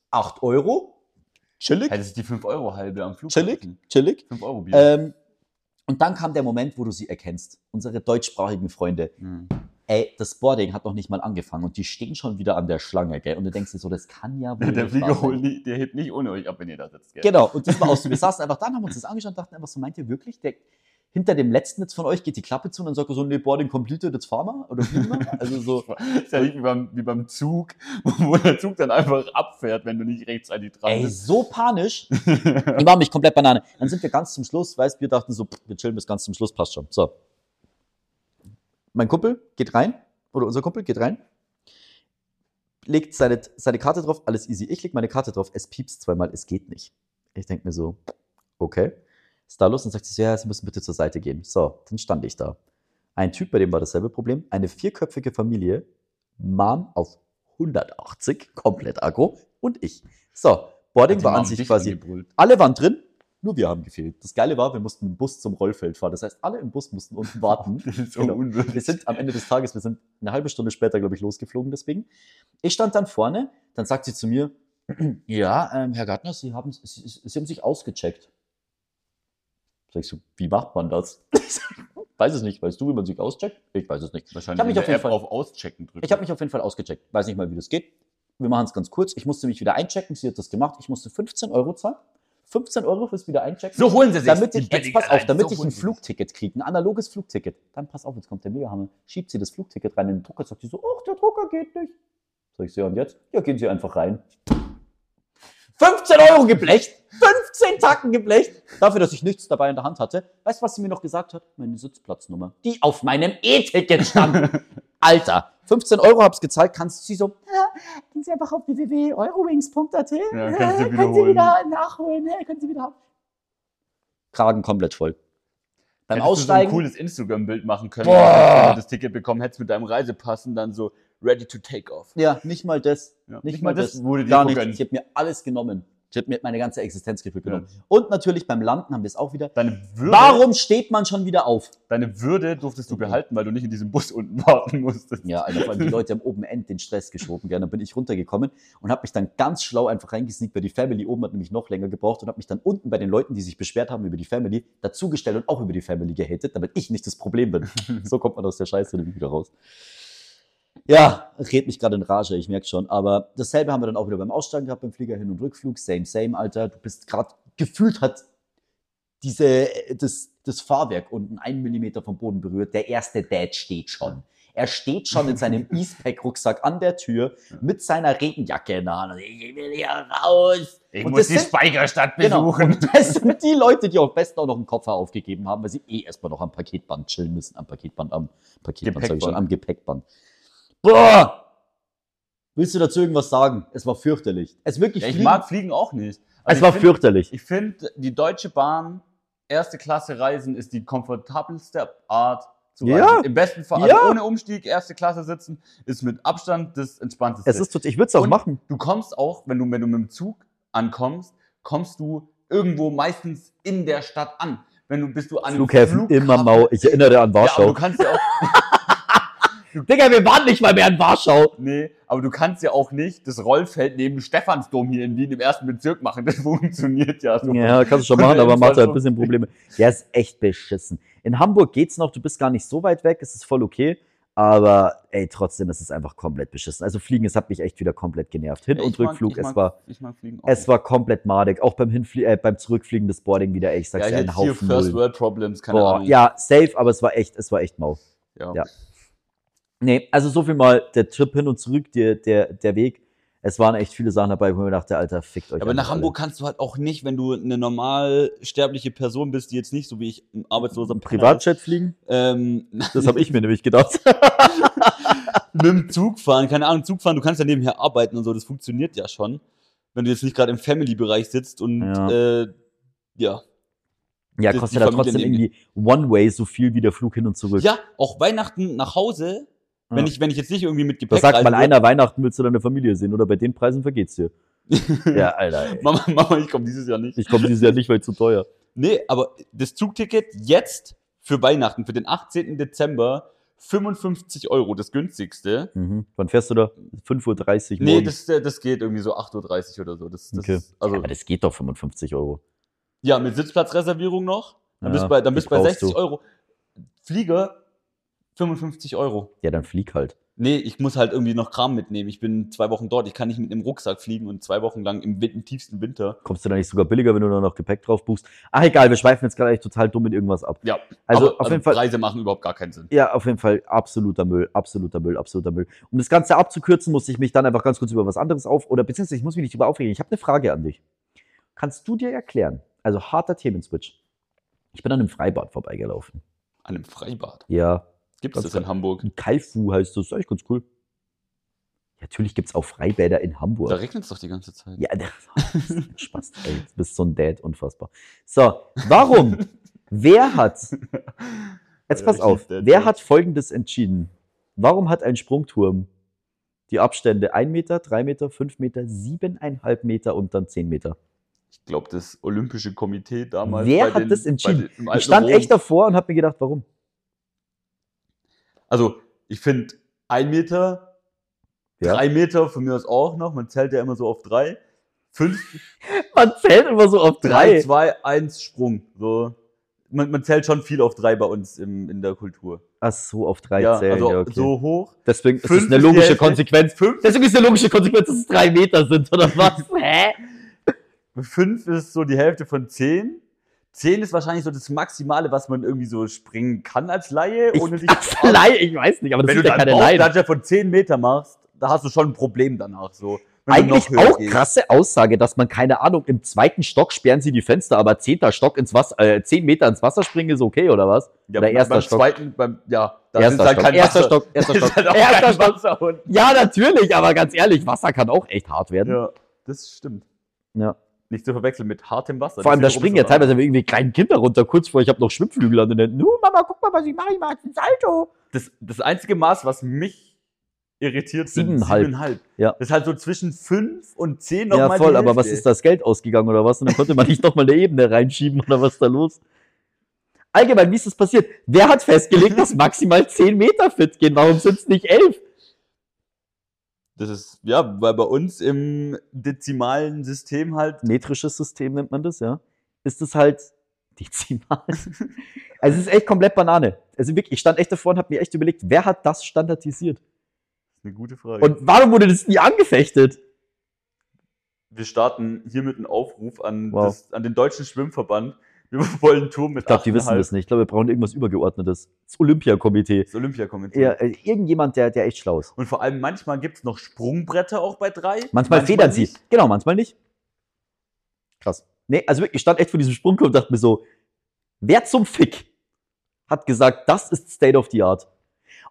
Speaker 3: 8 Euro. Chillig,
Speaker 2: Ja, das ist die 5-Euro-Halbe am Flug.
Speaker 3: chillig, chillig.
Speaker 2: 5-Euro-Bier.
Speaker 3: Ähm, und dann kam der Moment, wo du sie erkennst. Unsere deutschsprachigen Freunde.
Speaker 2: Hm.
Speaker 3: Ey, das Boarding hat noch nicht mal angefangen und die stehen schon wieder an der Schlange, gell? Und du denkst dir so, das kann ja wohl
Speaker 2: (laughs) Der
Speaker 3: nicht
Speaker 2: Flieger
Speaker 3: wahr sein.
Speaker 2: holt nie, der hebt nicht ohne euch ab, wenn ihr da sitzt. Gell?
Speaker 3: Genau, und das war auch so. Wir saßen einfach dann, haben uns das angeschaut und dachten einfach so, meint ihr wirklich, der, hinter dem letzten jetzt von euch geht die Klappe zu und dann sagt er so, nee, boarding completed, jetzt fahren wir? Oder fliegen wir? Also so,
Speaker 2: Ist ja nicht wie beim, wie beim Zug, (laughs) wo der Zug dann einfach abfährt, wenn du nicht rechtzeitig dran
Speaker 3: ey,
Speaker 2: bist.
Speaker 3: so panisch. Die waren mich komplett Banane. Dann sind wir ganz zum Schluss, weißt, wir dachten so, pff, wir chillen bis ganz zum Schluss, passt schon. So. Mein Kumpel geht rein, oder unser Kumpel geht rein, legt seine, seine Karte drauf, alles easy. Ich leg meine Karte drauf, es piepst zweimal, es geht nicht. Ich denke mir so, okay. Ist da los und sagt sie so, ja, Sie müssen bitte zur Seite gehen. So, dann stand ich da. Ein Typ, bei dem war dasselbe Problem, eine vierköpfige Familie, Mom auf 180, komplett Akku, und ich. So,
Speaker 2: Also
Speaker 3: Boarding
Speaker 2: Die
Speaker 3: war an
Speaker 2: haben
Speaker 3: sich
Speaker 2: dich
Speaker 3: quasi
Speaker 2: angebrüllt.
Speaker 3: (laughs) alle waren drin, nur wir haben gefehlt. Das Geile war, wir mussten im Bus zum Rollfeld fahren. Das heißt, alle im Bus mussten unten warten.
Speaker 2: Das ist so
Speaker 3: Genau. Wir
Speaker 2: unwürdig. (laughs)
Speaker 3: sind am Ende des Tages, wir sind eine halbe Stunde später, glaube ich, losgeflogen deswegen. Ich stand dann vorne, dann sagt sie zu mir, (clears throat) ja, ähm, Herr Gartner, Sie haben, Sie, Sie Sie haben sich ausgecheckt. Sag ich so, wie macht man das? (laughs) weiß es nicht. Weißt du, wie man sich auscheckt? Ich weiß es nicht.
Speaker 2: Wahrscheinlich
Speaker 3: Ich hab
Speaker 2: in
Speaker 3: mich
Speaker 2: der
Speaker 3: auf jeden
Speaker 2: App
Speaker 3: Fall-
Speaker 2: auf Auschecken drücken.
Speaker 3: Ich habe mich auf jeden Fall ausgecheckt. Weiß nicht mal, wie das geht. Wir machen es ganz kurz. Ich musste mich wieder einchecken. Sie hat das gemacht. Ich musste 15 Euro zahlen. 15 Euro fürs wieder einchecken.
Speaker 2: so holen sie sich.
Speaker 3: damit
Speaker 2: die
Speaker 3: ich, jetzt
Speaker 2: Billiger
Speaker 3: pass auf,
Speaker 2: ein,
Speaker 3: damit
Speaker 2: so
Speaker 3: ich
Speaker 2: holen
Speaker 3: ein
Speaker 2: sie sich.
Speaker 3: Flugticket kriege, ein analoges Flugticket. Dann pass auf, jetzt kommt der Megahammer. Schiebt sie das Flugticket rein in den Drucker. Sagt sie so, ach, der Drucker geht nicht. Sag ich so, ja, und jetzt? Ja, gehen Sie einfach rein. 15 Euro geblecht! 15 Tacken geblecht! Dafür, dass ich nichts dabei in der Hand hatte. Weißt du, was sie mir noch gesagt hat? Meine Sitzplatznummer. Die auf meinem E-Ticket stand.
Speaker 2: (laughs)
Speaker 3: Alter, 15 Euro hab's gezahlt, kannst du sie so, ja, gehen Sie einfach auf www.eurowings.at,
Speaker 2: Ja, können
Speaker 3: ja,
Speaker 2: Sie
Speaker 3: können Sie
Speaker 2: wiederholen.
Speaker 3: wieder nachholen, ja, können Sie wieder Kragen komplett voll. Beim
Speaker 2: Hättest
Speaker 3: Aussteigen,
Speaker 2: Du so ein cooles Instagram-Bild machen können.
Speaker 3: Boah.
Speaker 2: Wenn du genau das Ticket bekommen hättest mit deinem Reisepass und dann so ready to take off.
Speaker 3: ja, nicht mal das,
Speaker 2: Ja.
Speaker 3: nicht mal das,
Speaker 2: wurde dir
Speaker 3: gar nichts.
Speaker 2: gegönnt.
Speaker 3: Ich habe mir alles genommen. Ich habe mir meine ganze Existenzgefühl
Speaker 2: Ja.
Speaker 3: genommen. Und natürlich beim Landen haben wir es auch wieder.
Speaker 2: Deine Würde,
Speaker 3: Warum steht man schon wieder auf?
Speaker 2: deine Würde durftest du behalten, weil du nicht in diesem Bus unten (laughs) warten musstest.
Speaker 3: (laughs) Ja, Alter, vor allem die Leute am oben End den Stress geschoben. Gell? Dann bin ich runtergekommen und habe mich dann ganz schlau einfach reingesneakt, weil die Family oben hat nämlich noch länger gebraucht und habe mich dann unten bei den Leuten, die sich beschwert haben über die Family, dazugestellt und auch über die Family gehatet, damit ich nicht das Problem bin. So kommt man aus der Scheiße nämlich wieder raus. Ja, red mich gerade in Rage, ich merke schon. Aber dasselbe haben wir dann auch wieder beim Aussteigen gehabt, beim Flieger hin und Rückflug. Same, same, Alter. Du bist gerade gefühlt hat diese, äh, das, das Fahrwerk unten einen Millimeter vom Boden berührt. Der erste Dad steht schon. Er steht schon
Speaker 2: (laughs)
Speaker 3: in seinem Eastpack-Rucksack an der Tür mit seiner Regenjacke in der Hand. Also, Ich will hier raus. (laughs)
Speaker 2: Ich
Speaker 3: Und
Speaker 2: muss
Speaker 3: das
Speaker 2: die
Speaker 3: sind-
Speaker 2: Speicherstadt
Speaker 3: Genau.
Speaker 2: besuchen.
Speaker 3: Das sind die Leute, die auch am besten auch noch einen Koffer aufgegeben haben, weil sie eh erstmal noch am Paketband chillen müssen. Am Paketband, am Paketband, sag ich schon,
Speaker 2: Gepäckband.
Speaker 3: am Gepäckband. Boah! Willst du dazu irgendwas sagen? Es war fürchterlich. Es wirklich
Speaker 2: Ja, ich
Speaker 3: fliegen-
Speaker 2: mag Fliegen auch nicht.
Speaker 3: es
Speaker 2: Also
Speaker 3: war
Speaker 2: ich find-
Speaker 3: fürchterlich.
Speaker 2: Ich finde, die Deutsche Bahn, erste Klasse Reisen ist die komfortabelste Art zu reisen.
Speaker 3: Ja.
Speaker 2: Im besten Fall,
Speaker 3: Ja.
Speaker 2: also ohne Umstieg, erste Klasse sitzen, ist mit Abstand das entspannteste.
Speaker 3: es ist, tot- ich würde es auch
Speaker 2: Und-
Speaker 3: machen.
Speaker 2: du kommst auch, wenn du, wenn du mit dem Zug ankommst, kommst du irgendwo meistens in der Stadt an. Wenn du bist du an einem
Speaker 3: Flughäfen immer
Speaker 2: Flughafen-
Speaker 3: mau. Ich erinnere an
Speaker 2: Ja, aber du
Speaker 3: Warschau.
Speaker 2: kannst ja auch
Speaker 3: Digga, wir waren nicht mal mehr in Warschau.
Speaker 2: Nee, aber du kannst ja auch nicht das Rollfeld neben dem Stephansdom hier in Wien im ersten Bezirk machen. Das (laughs) funktioniert ja so.
Speaker 3: Ja, kannst du schon
Speaker 2: (laughs)
Speaker 3: machen, aber macht halt ein bisschen Probleme. Der ist echt beschissen. In Hamburg geht's noch, du bist gar nicht so weit weg, es ist voll okay. Aber ey, trotzdem ist es einfach komplett beschissen. Also Fliegen, es hat mich echt wieder komplett genervt. Hin-
Speaker 2: Ich
Speaker 3: und
Speaker 2: mag-
Speaker 3: Rückflug,
Speaker 2: ich
Speaker 3: es
Speaker 2: mag-
Speaker 3: war,
Speaker 2: Ich mag Fliegen auch
Speaker 3: es war komplett madig. Auch beim, Hinflie äh, beim Zurückfliegen des Boarding wieder, ey, ich
Speaker 2: ja,
Speaker 3: sag's dir,
Speaker 2: jetzt
Speaker 3: ein
Speaker 2: hier
Speaker 3: Haufen
Speaker 2: First
Speaker 3: Müll.
Speaker 2: World Problems, keine
Speaker 3: Boah,
Speaker 2: Ahnung.
Speaker 3: ja, safe, aber es war echt, es war echt mau.
Speaker 2: Ja.
Speaker 3: ja. Nee, also so viel mal der Trip hin und zurück, der, der, der Weg. Es waren echt viele Sachen dabei, wo ich mir dachte, Alter, fickt euch.
Speaker 2: Aber nach
Speaker 3: einfach alle.
Speaker 2: Hamburg kannst du halt auch nicht, wenn du eine normal sterbliche Person bist, die jetzt nicht so wie ich ein arbeitsloser Penner
Speaker 3: Privatjet fliegen?
Speaker 2: ist, ähm, (laughs)
Speaker 3: Das habe ich mir nämlich gedacht.
Speaker 2: mit dem Zug fahren, keine Ahnung, Zug fahren, du kannst ja nebenher arbeiten und so, das funktioniert ja schon. Wenn du jetzt nicht gerade im Family-Bereich sitzt und
Speaker 3: Ja.
Speaker 2: ja, äh, ja.
Speaker 3: Ja,
Speaker 2: Die-
Speaker 3: kostet
Speaker 2: die
Speaker 3: ja
Speaker 2: Familie
Speaker 3: trotzdem
Speaker 2: nehmen die.
Speaker 3: irgendwie One-Way so viel wie der Flug hin und zurück.
Speaker 2: ja, auch Weihnachten nach Hause, wenn
Speaker 3: Ja.
Speaker 2: ich wenn ich jetzt nicht irgendwie mit Gepäck
Speaker 3: da sagt
Speaker 2: reisen
Speaker 3: mal
Speaker 2: würde,
Speaker 3: einer, Weihnachten willst du deine Familie sehen oder bei den Preisen
Speaker 2: (laughs)
Speaker 3: vergeht's dir. ja, Alter. Ey.
Speaker 2: Mama, (laughs) Mama, ich komme dieses Jahr nicht.
Speaker 3: Ich komme dieses Jahr nicht, weil zu teuer.
Speaker 2: Nee, aber das Zugticket jetzt für Weihnachten, für den 18. Dezember, 55 Euro, das günstigste.
Speaker 3: Mhm. Wann fährst du da? 5.30 Uhr
Speaker 2: Nee,
Speaker 3: morgens.
Speaker 2: das, äh, das geht irgendwie so 8.30 Uhr oder so. Das, das,
Speaker 3: Okay.
Speaker 2: also,
Speaker 3: Aber das geht doch 55 Euro.
Speaker 2: ja, mit Sitzplatzreservierung noch. Dann bist
Speaker 3: Ja,
Speaker 2: du bei, dann
Speaker 3: die
Speaker 2: bist du bei
Speaker 3: brauchst
Speaker 2: 60
Speaker 3: du.
Speaker 2: Euro. Flieger, 55 Euro.
Speaker 3: Ja, dann flieg halt.
Speaker 2: Nee, ich muss halt irgendwie noch Kram mitnehmen. Ich bin zwei Wochen dort. Ich kann nicht mit einem Rucksack fliegen und zwei Wochen lang im, Win- im tiefsten Winter.
Speaker 3: Kommst du da nicht sogar billiger, wenn du da noch Gepäck drauf buchst? Ach, egal, wir schweifen jetzt gerade echt total dumm mit irgendwas ab.
Speaker 2: Ja,
Speaker 3: Also
Speaker 2: aber,
Speaker 3: auf jeden Fall.
Speaker 2: Preise machen überhaupt gar keinen Sinn.
Speaker 3: Ja, auf jeden Fall absoluter Müll, absoluter Müll, absoluter Müll. Um das Ganze abzukürzen, musste ich mich dann einfach ganz kurz über was anderes auf, oder beziehungsweise ich muss mich nicht über aufregen. Ich habe eine Frage an dich. Kannst du dir erklären, also harter Themenswitch, ich bin an einem Freibad vorbeigelaufen.
Speaker 2: An einem Freibad.
Speaker 3: Ja,
Speaker 2: Gibt es
Speaker 3: Das
Speaker 2: das
Speaker 3: kann-
Speaker 2: in Hamburg?
Speaker 3: ein Kaifu heißt das, ist eigentlich ganz cool. Natürlich gibt's auch Freibäder in Hamburg.
Speaker 2: Da regnet es doch die ganze Zeit.
Speaker 3: Ja, (laughs) der Spaß. Ey, du bist so ein Dad, unfassbar. So, warum? Wer hat, jetzt
Speaker 2: Ja,
Speaker 3: pass
Speaker 2: ich
Speaker 3: auf,
Speaker 2: lieb Dad,
Speaker 3: wer
Speaker 2: ja.
Speaker 3: hat Folgendes entschieden? Warum hat ein Sprungturm die Abstände 1 Meter, 3 Meter, 5 Meter, 7,5 Meter und dann 10 Meter?
Speaker 2: Ich glaube, das Olympische Komitee damals.
Speaker 3: Wer
Speaker 2: bei
Speaker 3: hat
Speaker 2: den-
Speaker 3: das
Speaker 2: bei
Speaker 3: entschieden?
Speaker 2: den- im alten
Speaker 3: Ich stand
Speaker 2: Rom.
Speaker 3: echt davor und habe mir gedacht, warum? (laughs)
Speaker 2: Also, ich finde, ein Meter,
Speaker 3: Ja.
Speaker 2: drei Meter von mir aus auch noch. Man zählt ja immer so auf drei. Fünf,
Speaker 3: Man zählt immer so auf
Speaker 2: drei,
Speaker 3: 3.
Speaker 2: zwei, eins, Sprung. So. Man, man zählt schon viel auf drei bei uns im, in der Kultur.
Speaker 3: Ach so, auf 3
Speaker 2: ja,
Speaker 3: zählen.
Speaker 2: also
Speaker 3: ja, okay.
Speaker 2: so hoch.
Speaker 3: Deswegen ist
Speaker 2: fünf
Speaker 3: es eine
Speaker 2: ist die
Speaker 3: logische
Speaker 2: Hälfte.
Speaker 3: Konsequenz.
Speaker 2: Fünf,
Speaker 3: Deswegen ist eine logische Konsequenz, dass es 3 Meter sind, oder was?
Speaker 2: (laughs)
Speaker 3: Hä?
Speaker 2: fünf ist so die Hälfte von zehn. Zehn ist wahrscheinlich so das Maximale, was man irgendwie so springen kann als Laie,
Speaker 3: Ich,
Speaker 2: ohne sich
Speaker 3: als Laie, ich weiß nicht, aber das
Speaker 2: Wenn du
Speaker 3: sind ja
Speaker 2: dann
Speaker 3: keine Laien.
Speaker 2: Bauchplatscher von 10 Meter machst, da hast du schon ein Problem danach. So, Wenn du noch
Speaker 3: Eigentlich
Speaker 2: höher
Speaker 3: auch
Speaker 2: gehst.
Speaker 3: krasse Aussage, dass man, keine Ahnung, im zweiten Stock sperren sie die Fenster, aber zehnter Stock ins Wasser, äh, zehn Meter ins Wasser springen ist okay, oder was?
Speaker 2: Ja,
Speaker 3: Oder
Speaker 2: beim-
Speaker 3: erster
Speaker 2: beim
Speaker 3: Stock.
Speaker 2: Zweiten, beim, ja, da ist
Speaker 3: erster
Speaker 2: halt
Speaker 3: Stock,
Speaker 2: kein
Speaker 3: erster
Speaker 2: Wasser.
Speaker 3: Stock, erster
Speaker 2: Da (laughs) ist
Speaker 3: Stock,
Speaker 2: halt auch
Speaker 3: erster
Speaker 2: kein
Speaker 3: Stock.
Speaker 2: Wasser und-
Speaker 3: Ja, natürlich, aber ganz ehrlich, Wasser kann auch echt hart werden.
Speaker 2: Ja, das stimmt.
Speaker 3: Ja.
Speaker 2: Nicht zu verwechseln mit hartem Wasser.
Speaker 3: Vor allem, da
Speaker 2: Das ist
Speaker 3: springen ja
Speaker 2: wiederum so-
Speaker 3: teilweise irgendwie kleine Kinder runter, kurz vor, ich habe noch Schwimmflügel an den Händen. Nu, Mama, guck mal, was ich mache, ich mache ein Salto.
Speaker 2: Das, das einzige Maß, was mich irritiert, sind
Speaker 3: Siebeneinhalb.
Speaker 2: siebeneinhalb.
Speaker 3: Ja.
Speaker 2: Das ist halt so zwischen fünf und zehn
Speaker 3: Ja,
Speaker 2: nochmal
Speaker 3: voll,
Speaker 2: die
Speaker 3: aber was
Speaker 2: Hälfte.
Speaker 3: ist das Geld ausgegangen oder was? Und dann konnte man nicht nochmal eine Ebene reinschieben oder was ist da los? Allgemein, wie ist das passiert? Wer hat festgelegt, dass maximal 10 Meter fit gehen? Warum sind es nicht 11?
Speaker 2: Das ist, ja, weil bei uns im dezimalen System halt
Speaker 3: Metrisches System nennt man das, ja. Ist es halt
Speaker 2: (laughs)
Speaker 3: dezimal. also es ist echt komplett Banane. Also wirklich, ich stand echt davor und habe mir echt überlegt, wer hat das standardisiert?
Speaker 2: eine gute Frage.
Speaker 3: Und warum wurde das nie angefechtet?
Speaker 2: Wir starten hiermit einen Aufruf an,
Speaker 3: Wow.
Speaker 2: das, an den Deutschen Schwimmverband. Wir (laughs) wollen einen Turm mit
Speaker 3: Ich glaube, die
Speaker 2: halt.
Speaker 3: wissen das nicht. Ich glaube, wir brauchen irgendwas Übergeordnetes. Das Olympiakomitee.
Speaker 2: Das Olympiakomitee.
Speaker 3: Ja, äh, irgendjemand, der, der echt schlau ist.
Speaker 2: Und vor allem manchmal gibt es noch Sprungbretter auch bei drei.
Speaker 3: Manchmal, federn sie.
Speaker 2: nicht.
Speaker 3: Genau, manchmal nicht. Krass. Nee, also wirklich, ich stand echt vor diesem Sprungkorb und dachte mir so, wer zum Fick hat gesagt, das ist State of the Art?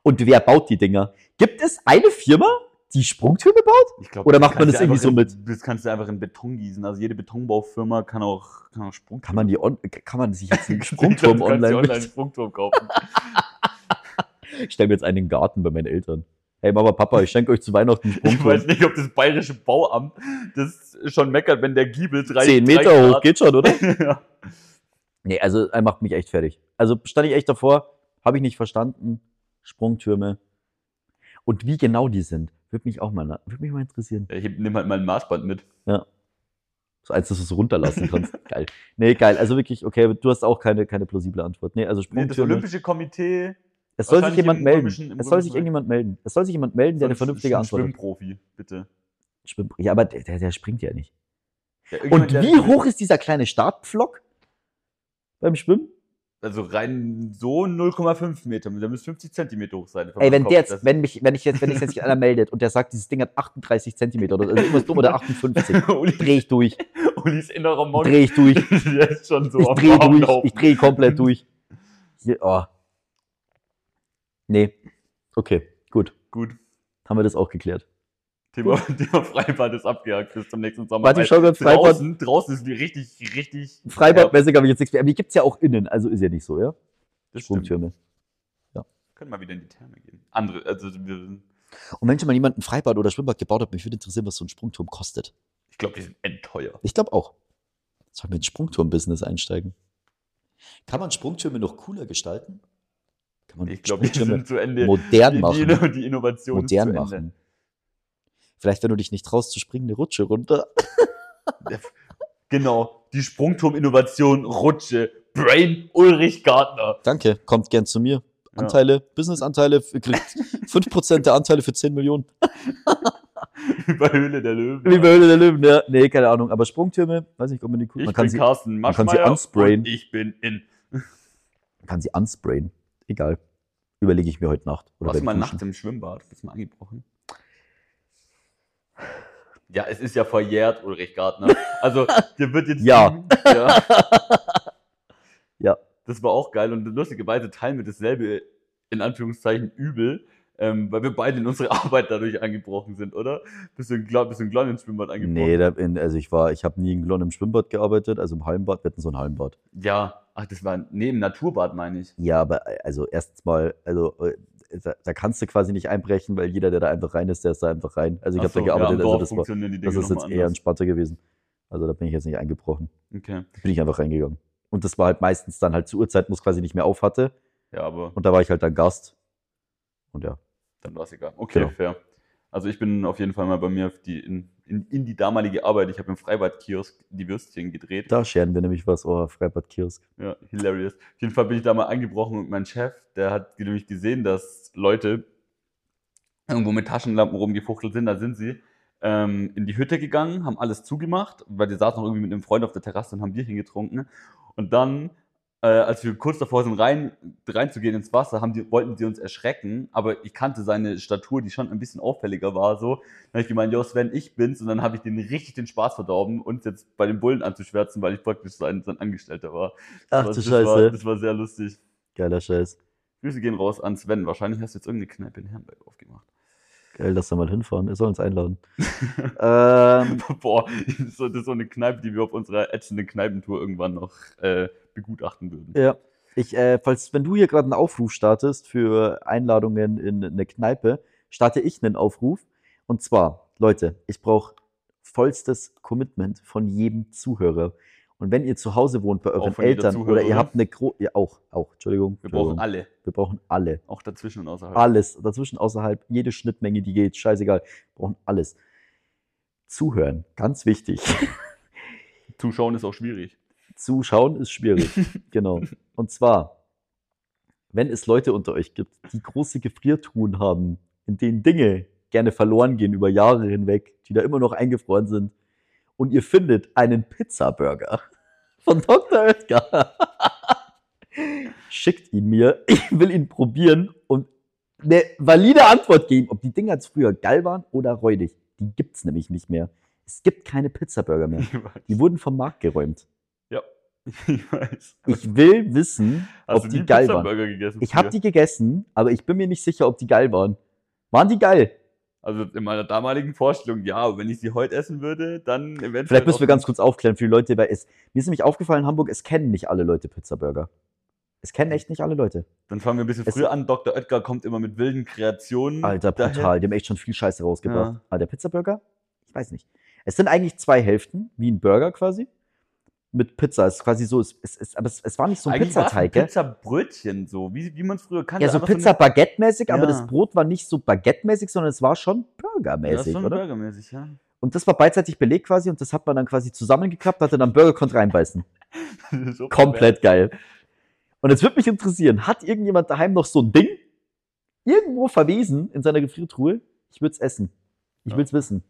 Speaker 3: Und wer baut die Dinger? Gibt es eine Firma, die Sprungtürme baut?
Speaker 2: Ich glaub,
Speaker 3: Oder macht man
Speaker 2: kannst
Speaker 3: das
Speaker 2: du
Speaker 3: irgendwie
Speaker 2: einfach
Speaker 3: so
Speaker 2: in, Das kannst du einfach in Beton gießen. Also jede Betonbaufirma kann auch, kann auch Sprungturm. (laughs)
Speaker 3: Kann man die on kann man sich jetzt einen Sprungturm
Speaker 2: Du kannst dir online
Speaker 3: online (laughs)
Speaker 2: einen Sprungturm kaufen.
Speaker 3: Ich stelle mir jetzt einen in den Garten bei meinen Eltern. hey Mama, Papa, ich schenke euch zu Weihnachten
Speaker 2: Ich weiß
Speaker 3: Punkte.
Speaker 2: nicht, ob das bayerische Bauamt das schon meckert, wenn der Giebel drei
Speaker 3: Zehn
Speaker 2: drei
Speaker 3: Meter hoch,
Speaker 2: Grad-
Speaker 3: geht schon, oder?
Speaker 2: (laughs) ja.
Speaker 3: Nee, also er macht mich echt fertig. Also stand ich echt davor, habe ich nicht verstanden. Sprungtürme. Und wie genau die sind, würde mich auch mal, na- würd mich mal interessieren.
Speaker 2: Ich nehme halt mein Maßband mit.
Speaker 3: So eins, dass du es
Speaker 2: (laughs)
Speaker 3: runterlassen kannst. geil. Nee, geil. Also wirklich, okay, du hast auch keine, keine plausible Antwort. Nee, also
Speaker 2: Nee, das
Speaker 3: Sprungtürme.
Speaker 2: Olympische Komitee.
Speaker 3: es soll sich
Speaker 2: wahrscheinlich
Speaker 3: jemand
Speaker 2: im
Speaker 3: melden.
Speaker 2: Olympischen- im
Speaker 3: Es soll sich
Speaker 2: Olympischen-
Speaker 3: irgendjemand melden. Es soll sich jemand melden, der eine vernünftige Antwort hat.
Speaker 2: Schwimmprofi, bitte.
Speaker 3: Schwimm ja, aber der, der, der springt ja nicht.
Speaker 2: Ja,
Speaker 3: Und
Speaker 2: irgendjemand, der-
Speaker 3: wie hoch ist dieser kleine Startpflock beim Schwimmen?
Speaker 2: Also rein so 0,5 Meter. Der müsste 50 Zentimeter hoch sein.
Speaker 3: Ey, wenn
Speaker 2: Kopf.
Speaker 3: der
Speaker 2: Das-
Speaker 3: jetzt, wenn mich, wenn ich jetzt, wenn ich jetzt nicht einer meldet und der sagt, dieses Ding hat 38 Zentimeter oder so, also irgendwas dumm oder 58, (laughs)
Speaker 2: Uli,
Speaker 3: dreh ich
Speaker 2: (laughs)
Speaker 3: durch,
Speaker 2: Ulis innerer Monk,
Speaker 3: dreh ich durch,
Speaker 2: (laughs) der ist schon so
Speaker 3: ich
Speaker 2: am
Speaker 3: dreh durch,
Speaker 2: Ablaufen.
Speaker 3: ich dreh komplett durch. Hier, oh. Nee. Okay, gut.
Speaker 2: Gut.
Speaker 3: Haben wir das auch geklärt.
Speaker 2: Thema, (laughs) Thema Freibad ist abgehakt bis zum nächsten Sommer.
Speaker 3: Warte, ich schau ganz Freibad.
Speaker 2: draußen, draußen ist die richtig, richtig.
Speaker 3: Freibad,
Speaker 2: Ja,
Speaker 3: mäßig habe ich jetzt nichts mehr. Aber die gibt's ja auch innen, also ist ja nicht so, ja?
Speaker 2: das stimmt.
Speaker 3: Sprungtürme.
Speaker 2: Können mal wieder in die Therme gehen. Andere, also wir,
Speaker 3: Und wenn schon mal jemand ein Freibad oder Schwimmbad gebaut hat, mich würde interessieren, was so ein Sprungturm kostet.
Speaker 2: ich glaube, die sind endteuer.
Speaker 3: Ich glaube auch. Soll mit Sprungturm-Business einsteigen? Kann man Sprungtürme noch cooler gestalten? Kann man
Speaker 2: Ich glaube, die
Speaker 3: Sprungtürme
Speaker 2: sind zu Ende.
Speaker 3: modern
Speaker 2: die,
Speaker 3: machen?
Speaker 2: Die, die Innovation
Speaker 3: modern
Speaker 2: ist zu
Speaker 3: machen. Vielleicht, wenn du dich nicht traust zu springen, eine Rutsche runter.
Speaker 2: Ende. Genau. Die Sprungturm-Innovation Rutsche. Brain Ulrich Gardner.
Speaker 3: Danke, kommt gern zu mir.
Speaker 2: Ja.
Speaker 3: Anteile, Business-Anteile, f- (laughs) kriegt 5% der Anteile für 10 Millionen.
Speaker 2: (laughs) Über Höhle der Löwen.
Speaker 3: Liebe Höhle der Löwen, ja. Nee, keine Ahnung. Aber Sprungtürme, weiß nicht, ob man die cool.
Speaker 2: ich
Speaker 3: Man kann
Speaker 2: bin
Speaker 3: sie,
Speaker 2: Carsten
Speaker 3: man kann sie
Speaker 2: Maschmeyer
Speaker 3: unsprayen.
Speaker 2: und ich bin in.
Speaker 3: kann sie unsprayen. Egal. Überlege ich mir heute Nacht. Oder
Speaker 2: Warst du
Speaker 3: beim
Speaker 2: mal
Speaker 3: Duschen.
Speaker 2: nachts im Schwimmbad? Bist du mal angebrochen? Ja, es ist ja verjährt, Ulrich Gartner.
Speaker 3: (laughs)
Speaker 2: Also, dir wird jetzt.
Speaker 3: Ja.
Speaker 2: ja.
Speaker 3: (laughs) Ja.
Speaker 2: Das war auch geil und lustigerweise teilen wir dasselbe, in Anführungszeichen, übel, ähm, weil wir beide in unsere (laughs) Arbeit dadurch angebrochen sind, oder? Bist du in, Gla- bist du in Glan ins Schwimmbad angebrochen?
Speaker 3: Nee, da bin, also ich war, ich habe nie in Glonn im Schwimmbad gearbeitet, also im Hallenbad, wir hatten so ein Hallenbad.
Speaker 2: Ja. Ach, das war neben Naturbad, meine ich.
Speaker 3: Ja, aber äh, also erstmal, also äh, da, da kannst du quasi nicht einbrechen, weil jeder, der da einfach rein ist, der ist da einfach rein. Also ich
Speaker 2: Ach
Speaker 3: habe
Speaker 2: so,
Speaker 3: da
Speaker 2: ja, am
Speaker 3: gearbeitet, also
Speaker 2: Dorf
Speaker 3: das, war,
Speaker 2: funktionieren die Dinge
Speaker 3: das ist jetzt
Speaker 2: nochmal
Speaker 3: eher
Speaker 2: anders.
Speaker 3: entspannter gewesen. Also da bin ich jetzt nicht eingebrochen.
Speaker 2: Okay.
Speaker 3: Da bin ich einfach reingegangen. Und das war halt meistens dann halt zur Uhrzeit, wo es quasi nicht mehr auf hatte.
Speaker 2: Ja, aber.
Speaker 3: Und da war ich halt dann Gast. Und ja,
Speaker 2: Dann war es egal. Okay,
Speaker 3: Genau.
Speaker 2: fair. Also ich bin auf jeden Fall mal bei mir auf die, in, in, in die damalige Arbeit. Ich habe im Freibad-Kiosk die Würstchen gedreht.
Speaker 3: da scheren wir nämlich was. Oh, Freibad-Kiosk.
Speaker 2: Ja, hilarious. Auf jeden Fall bin ich da mal eingebrochen und mein Chef, der hat nämlich gesehen, dass Leute irgendwo mit Taschenlampen rumgefuchtelt sind. Da sind sie ähm, in die Hütte gegangen, haben alles zugemacht, weil die saßen noch irgendwie mit einem Freund auf der Terrasse und haben Bierchen getrunken. Und dann, äh, als wir kurz davor sind, rein, reinzugehen ins Wasser, haben die, wollten sie uns erschrecken, aber ich kannte seine Statur, die schon ein bisschen auffälliger war, so. Dann habe ich gemeint, yo Sven, ich bin's. Und dann habe ich den richtig den Spaß verdorben, uns jetzt bei den Bullen anzuschwärzen, weil ich praktisch sein, sein Angestellter war.
Speaker 3: Ach
Speaker 2: Das
Speaker 3: du
Speaker 2: war- Das war,
Speaker 3: Scheiße.
Speaker 2: das war sehr lustig.
Speaker 3: Geiler Scheiß.
Speaker 2: Grüße gehen raus an Sven. Wahrscheinlich hast du jetzt irgendeine Kneipe in Herrenberg aufgemacht. (laughs)
Speaker 3: Geil, lass da mal hinfahren. Er soll uns einladen. ähm,
Speaker 2: Boah, das ist so das ist so eine Kneipe, die wir auf unserer ätzenden Kneipentour irgendwann noch äh, begutachten würden.
Speaker 3: Ja. Ich, äh, falls, wenn du hier gerade einen Aufruf startest für Einladungen in eine Kneipe, starte ich einen Aufruf. Und zwar, Leute, ich brauche vollstes Commitment von jedem Zuhörer. Und wenn ihr zu Hause wohnt bei euren
Speaker 2: von jeder
Speaker 3: Eltern oder ihr
Speaker 2: Zuhörerin?
Speaker 3: habt eine Gro ja, auch, auch, Entschuldigung,
Speaker 2: Wir
Speaker 3: Entschuldigung.
Speaker 2: brauchen alle,
Speaker 3: wir brauchen alle,
Speaker 2: auch dazwischen und außerhalb.
Speaker 3: alles, dazwischen, außerhalb, jede Schnittmenge, die geht, scheißegal, wir brauchen alles. Zuhören, ganz wichtig.
Speaker 2: Zuschauen ist auch schwierig.
Speaker 3: Zuschauen ist schwierig. genau. Und zwar, wenn es Leute unter euch gibt, die große Gefriertruhen haben, in denen Dinge gerne verloren gehen über Jahre hinweg, die da immer noch eingefroren sind, und ihr findet einen Pizza-Burger (laughs) von Dr. Oetker, (laughs) schickt ihn mir. Ich will ihn probieren und eine valide Antwort geben, ob die Dinger jetzt früher geil waren oder räudig. Die gibt's nämlich nicht mehr. Es gibt keine Pizza-Burger
Speaker 2: (laughs)
Speaker 3: mehr.
Speaker 2: Ich weiß.
Speaker 3: Die wurden vom Markt geräumt.
Speaker 2: Ich weiß.
Speaker 3: Ich will wissen,
Speaker 2: Hast
Speaker 3: ob
Speaker 2: du
Speaker 3: die
Speaker 2: nie
Speaker 3: geil
Speaker 2: Pizza
Speaker 3: waren.
Speaker 2: Burger gegessen?
Speaker 3: Ich habe
Speaker 2: früher?
Speaker 3: die gegessen, aber ich bin mir nicht sicher, ob die geil waren. Waren die geil?
Speaker 2: Also in meiner damaligen Vorstellung, ja, aber wenn ich sie heute essen würde, dann eventuell.
Speaker 3: Vielleicht müssen wir
Speaker 2: auch-
Speaker 3: ganz kurz aufklären für die Leute, weil es mir ist nämlich aufgefallen in Hamburg, es kennen nicht alle Leute Pizzaburger. Es kennen echt nicht alle Leute.
Speaker 2: Dann fangen wir ein bisschen
Speaker 3: Es-
Speaker 2: früher an. Dr. Oetker kommt immer mit wilden Kreationen.
Speaker 3: Alter,
Speaker 2: Hm, daher.
Speaker 3: brutal. Die haben echt schon viel Scheiße rausgebracht.
Speaker 2: Ja.
Speaker 3: Aber der Pizzaburger? Ich weiß nicht. Es sind eigentlich zwei Hälften, wie ein Burger quasi. Mit Pizza. Es ist quasi so, es, es, es, aber es, es war nicht so ein
Speaker 2: Eigentlich war es
Speaker 3: Pizzateig, gell?
Speaker 2: Pizzabrötchen, so, wie, wie man es früher kannte.
Speaker 3: Ja, so
Speaker 2: einfach eine-
Speaker 3: Pizza-Baguette-mäßig, aber
Speaker 2: Ja.
Speaker 3: das Brot war nicht so Baguette-mäßig, sondern es war
Speaker 2: Ja,
Speaker 3: schon
Speaker 2: ist
Speaker 3: Burger-mäßig,
Speaker 2: schon
Speaker 3: oder?
Speaker 2: burgermäßig, ja.
Speaker 3: Und das war beidseitig belegt quasi und das hat man dann quasi zusammengeklappt, hatte dann Burger konnte reinbeißen.
Speaker 2: (laughs) So
Speaker 3: Komplett geil. Und jetzt würde mich interessieren, hat irgendjemand daheim noch so ein Ding? Irgendwo verwesen in seiner Gefriertruhe? Ich würde es essen. Ich
Speaker 2: Ja.
Speaker 3: will's wissen.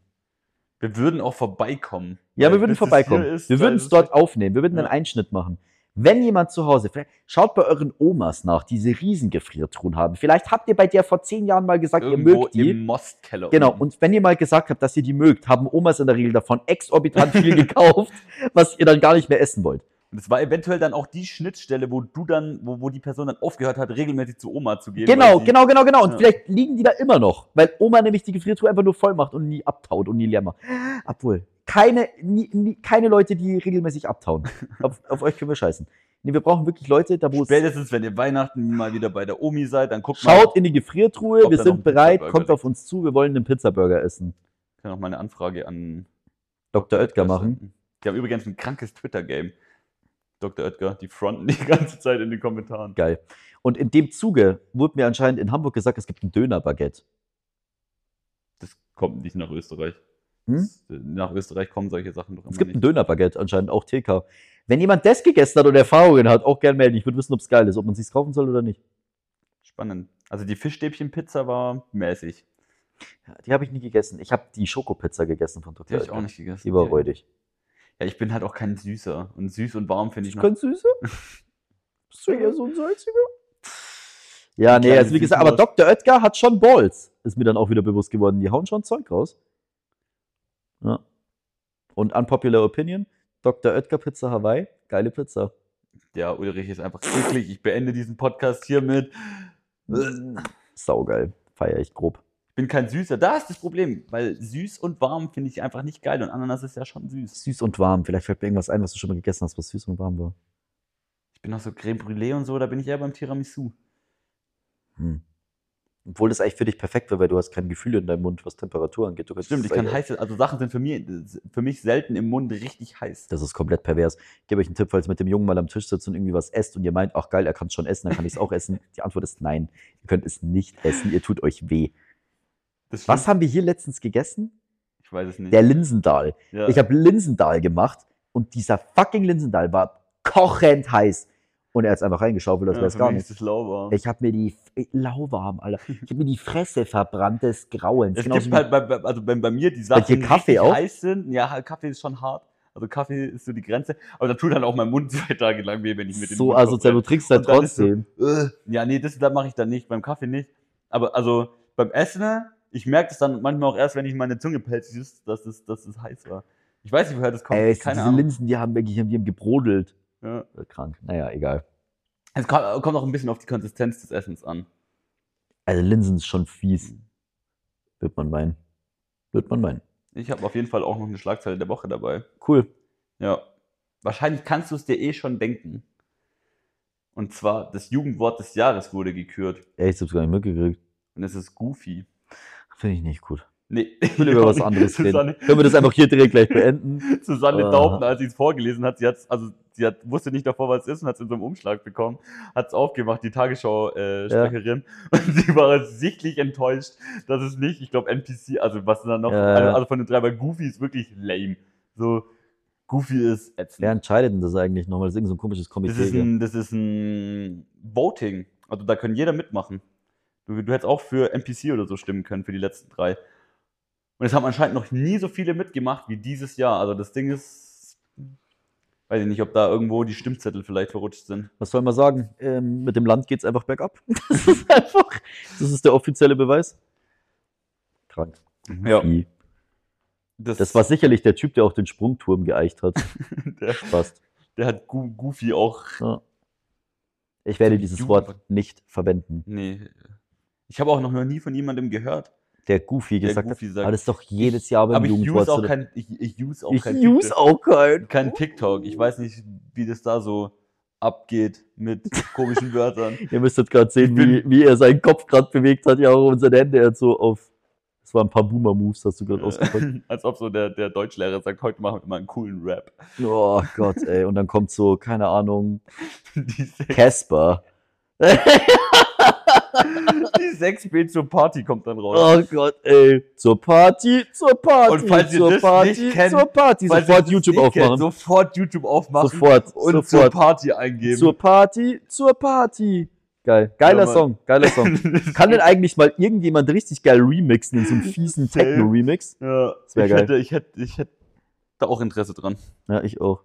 Speaker 2: Wir würden auch vorbeikommen.
Speaker 3: Ja, wir
Speaker 2: Weil
Speaker 3: würden
Speaker 2: bis es
Speaker 3: vorbeikommen.
Speaker 2: hier ist,
Speaker 3: wir
Speaker 2: da
Speaker 3: würden
Speaker 2: ist
Speaker 3: es dort aufnehmen. Wir würden
Speaker 2: Ja.
Speaker 3: einen Einschnitt machen. Wenn jemand zu Hause, vielleicht schaut bei euren Omas nach, die diese Riesengefriertruhen haben. Vielleicht habt ihr bei der vor zehn Jahren mal gesagt, ihr
Speaker 2: irgendwo
Speaker 3: mögt die.
Speaker 2: im Mostkeller.
Speaker 3: Genau,
Speaker 2: unten.
Speaker 3: und wenn ihr mal gesagt habt, dass ihr die mögt, haben Omas in der Regel davon exorbitant
Speaker 2: (laughs)
Speaker 3: viel gekauft, was ihr dann gar nicht mehr essen wollt.
Speaker 2: Und es war eventuell dann auch die Schnittstelle, wo du dann, wo, wo die Person dann aufgehört hat, regelmäßig zu Oma zu gehen.
Speaker 3: Genau,
Speaker 2: weil sie-
Speaker 3: genau, genau, genau. Und
Speaker 2: Ja.
Speaker 3: vielleicht liegen die da immer noch, weil Oma nämlich die Gefriertruhe einfach nur voll macht und nie abtaut und nie leer macht. Obwohl, keine, nie, nie, keine Leute, die regelmäßig
Speaker 2: (laughs)
Speaker 3: abtauen. auf, auf euch können wir scheißen. Nee, wir brauchen wirklich Leute, da wo es
Speaker 2: Spätestens, wenn ihr Weihnachten mal wieder bei der Omi seid, dann guckt mal.
Speaker 3: Schaut in die Gefriertruhe,
Speaker 2: Ob
Speaker 3: wir
Speaker 2: da noch ein
Speaker 3: sind bereit,
Speaker 2: Pizzaburger
Speaker 3: kommt
Speaker 2: liegt.
Speaker 3: auf uns zu, wir wollen einen Pizzaburger essen.
Speaker 2: Ich kann auch mal eine Anfrage an
Speaker 3: Dr. Oetker machen.
Speaker 2: Die haben übrigens ein krankes Twitter-Game. Dr. Oetker, die fronten die (laughs) ganze Zeit in den Kommentaren.
Speaker 3: Geil. Und in dem Zuge wurde mir anscheinend in Hamburg gesagt, es gibt ein Dönerbaguette.
Speaker 2: Das kommt nicht nach Österreich.
Speaker 3: Hm?
Speaker 2: Das, äh, Nach Österreich kommen solche Sachen doch
Speaker 3: Es
Speaker 2: immer
Speaker 3: gibt ein
Speaker 2: nicht.
Speaker 3: Dönerbaguette anscheinend, auch TK. Wenn jemand das gegessen hat und Erfahrungen hat, auch gerne melden. Ich würde wissen, ob es geil ist, ob man sich's kaufen soll oder nicht.
Speaker 2: Spannend. Also die Fischstäbchen-Pizza war mäßig.
Speaker 3: Ja, die habe ich nie gegessen. Ich habe die Schokopizza gegessen von
Speaker 2: Die
Speaker 3: Dr.
Speaker 2: habe ich auch
Speaker 3: Oetker.
Speaker 2: nicht gegessen.
Speaker 3: Die war räudig.
Speaker 2: Ja, ich bin halt auch kein Süßer. Und süß und warm finde ich
Speaker 3: Ist
Speaker 2: noch. (laughs)
Speaker 3: ganz süße? Bist du ja so ein Salziger? Ja, nee, also wie gesagt, aber Dr. Oetker hat schon Balls. Ist mir dann auch wieder bewusst geworden. Die hauen schon Zeug raus. Ja. Und unpopular opinion, Dr. Oetker Pizza Hawaii, geile Pizza.
Speaker 2: Ja, Ulrich ist einfach eklig. Ich beende diesen Podcast hiermit.
Speaker 3: Saugeil. Feier ich grob.
Speaker 2: Ich bin kein Süßer. Da ist das Problem, weil süß und warm finde ich einfach nicht geil und Ananas ist ja schon süß.
Speaker 3: Süß und warm. Vielleicht fällt mir irgendwas ein, was du schon mal gegessen hast, was süß und warm war.
Speaker 2: Ich bin auch so Creme Brûlée und so, da bin ich eher beim Tiramisu.
Speaker 3: Hm. Obwohl das eigentlich für dich perfekt wäre, weil du hast kein Gefühl in deinem Mund, was Temperatur angeht. Du kannst-
Speaker 2: Stimmt, ich kann heiße, also Sachen sind für mich, für mich selten im Mund richtig heiß.
Speaker 3: Das ist komplett pervers. Ich gebe euch einen Tipp, falls ihr mit dem Jungen mal am Tisch sitzt und irgendwie was esst und ihr meint, ach geil, er kann es schon essen, dann kann ich es auch essen. Die Antwort ist nein. Ihr könnt es nicht essen, ihr tut euch weh.
Speaker 2: Das
Speaker 3: Was
Speaker 2: stimmt.
Speaker 3: haben wir hier letztens gegessen?
Speaker 2: Ich weiß es nicht.
Speaker 3: Der Linsendahl.
Speaker 2: ja.
Speaker 3: Ich habe Linsendahl gemacht und dieser fucking Linsendahl war kochend heiß. Und er hat es einfach reingeschaufelt, als
Speaker 2: ja,
Speaker 3: wäre es
Speaker 2: für
Speaker 3: gar
Speaker 2: mich
Speaker 3: nichts.
Speaker 2: Ist es lauwarm.
Speaker 3: Ich habe mir die F- äh, lauwarm, Alter. Ich habe mir die Fresse verbrannt des Grauens.
Speaker 2: Es
Speaker 3: Genauso
Speaker 2: gibt
Speaker 3: Genau wie-
Speaker 2: halt bei, bei, also wenn bei mir die Sachen
Speaker 3: dir Kaffee
Speaker 2: richtig
Speaker 3: auch?
Speaker 2: heiß sind, ja, halt Kaffee ist schon hart. Also Kaffee ist so die Grenze. Aber dann tut halt auch mein Mund (laughs) zwei Tage lang weh, wenn ich mit dem
Speaker 3: so
Speaker 2: Mund ne?
Speaker 3: asozial, du trinkst halt
Speaker 2: Und dann ist so-
Speaker 3: trotzdem.
Speaker 2: äh, ja, nee, das, das mache ich dann nicht, beim Kaffee nicht. Aber also beim Essen, ich merke das dann manchmal auch erst, wenn ich meine Zunge pelzig ist, dass es, dass es heiß war. Ich weiß nicht, woher das kommt.
Speaker 3: Ey, es-
Speaker 2: Keine
Speaker 3: diese
Speaker 2: Ahnung.
Speaker 3: Linsen, die haben wirklich die haben gebrodelt. Äh,
Speaker 2: Ja.
Speaker 3: Krank. Naja, egal.
Speaker 2: Es kommt, kommt auch ein bisschen auf die Konsistenz des Essens an.
Speaker 3: Also Linsen ist schon
Speaker 2: Mhm.
Speaker 3: fies. Wird man meinen. Wird man meinen.
Speaker 2: Ich habe auf jeden Fall auch noch eine Schlagzeile der Woche dabei.
Speaker 3: Cool.
Speaker 2: Ja. Wahrscheinlich kannst du es dir eh schon denken. Und zwar, das Jugendwort des Jahres wurde gekürt.
Speaker 3: Ey, ich hab's gar nicht mitgekriegt.
Speaker 2: Und es ist Goofy.
Speaker 3: Finde ich nicht gut.
Speaker 2: Nee,
Speaker 3: Ich will über was anderes
Speaker 2: (laughs)
Speaker 3: reden.
Speaker 2: Susanne,
Speaker 3: Können wir das einfach hier direkt gleich beenden?
Speaker 2: Susanne
Speaker 3: Ah.
Speaker 2: Daubner, als sie es vorgelesen hat, sie hat's, also sie hat, wusste nicht davor, was es ist und hat es in so einem Umschlag bekommen, hat es aufgemacht, die Tagesschau-Sprecherin. Und sie war sichtlich enttäuscht, dass es nicht, ich glaube, NPC, also was sind da noch,
Speaker 3: Ja, ja.
Speaker 2: also von den drei, weil Goofy ist wirklich lame. So, Goofy ist ätzend.
Speaker 3: Wer entscheidet denn das eigentlich nochmal? Das ist irgend so ein komisches
Speaker 2: Das ist,
Speaker 3: Komitee.
Speaker 2: ein, das ist ein Voting. Also da können jeder mitmachen. Du, du hättest auch für NPC oder so stimmen können, für die letzten drei. Und es haben anscheinend noch nie so viele mitgemacht wie dieses Jahr. Also das Ding ist, weiß ich nicht, ob da irgendwo die Stimmzettel vielleicht verrutscht sind.
Speaker 3: Was soll man sagen? Ähm, mit dem Land geht's einfach bergab. (laughs) Das ist einfach. Das ist der offizielle Beweis. Krank.
Speaker 2: Ja,
Speaker 3: I. Mhm. Das war sicherlich der Typ, der auch den Sprungturm geeicht hat.
Speaker 2: (laughs) der,
Speaker 3: Spaß.
Speaker 2: der hat Gu- Goofy auch.
Speaker 3: Ja. Ich werde dieses Wort nicht verwenden.
Speaker 2: Nee. Ich habe auch noch nie von jemandem gehört.
Speaker 3: Der Goofy
Speaker 2: Der
Speaker 3: gesagt
Speaker 2: Goofy
Speaker 3: hat.
Speaker 2: sagt-
Speaker 3: Aber das ist doch jedes Jahr beim
Speaker 2: Aber ich
Speaker 3: Jugendwort.
Speaker 2: use auch
Speaker 3: so-
Speaker 2: kein, ich, ich use auch
Speaker 3: Ich
Speaker 2: kein
Speaker 3: use auch kein.
Speaker 2: kein TikTok. Ich weiß nicht, wie das da so abgeht mit
Speaker 3: (laughs)
Speaker 2: komischen Wörtern.
Speaker 3: Ihr müsst jetzt gerade sehen,
Speaker 2: Ich
Speaker 3: wie, wie er seinen Kopf gerade bewegt hat, ja, auch und seine Hände er hat so auf. Das waren ein paar Boomer-Moves, hast du gerade
Speaker 2: (laughs)
Speaker 3: ausgepackt.
Speaker 2: Als ob so der, der Deutschlehrer sagt, heute machen wir mal einen coolen Rap. (laughs)
Speaker 3: Oh Gott, ey. Und dann kommt so, keine Ahnung,
Speaker 2: Die, Se
Speaker 3: Casper.
Speaker 2: die 6 B zur Party kommt dann raus.
Speaker 3: Oh Gott, ey. Zur Party, zur Party,
Speaker 2: Und falls ihr
Speaker 3: zur
Speaker 2: das
Speaker 3: Party,
Speaker 2: nicht kennt,
Speaker 3: zur Party.
Speaker 2: Falls ihr
Speaker 3: Oh, Sofort
Speaker 2: das
Speaker 3: YouTube
Speaker 2: nicht kennt,
Speaker 3: aufmachen.
Speaker 2: Sofort YouTube aufmachen
Speaker 3: sofort,
Speaker 2: und zur
Speaker 3: sofort.
Speaker 2: Party eingeben.
Speaker 3: Zur Party, zur Party. Geil. Geiler
Speaker 2: Ja, Mann.
Speaker 3: Song,
Speaker 2: (laughs)
Speaker 3: geiler Song. Kann denn eigentlich mal irgendjemand richtig geil remixen in so einem fiesen
Speaker 2: Safe.
Speaker 3: Techno-Remix?
Speaker 2: ja,
Speaker 3: Das wär
Speaker 2: ich,
Speaker 3: geil.
Speaker 2: Hätte, ich, hätte, ich hätte da auch Interesse dran.
Speaker 3: Ja, ich auch.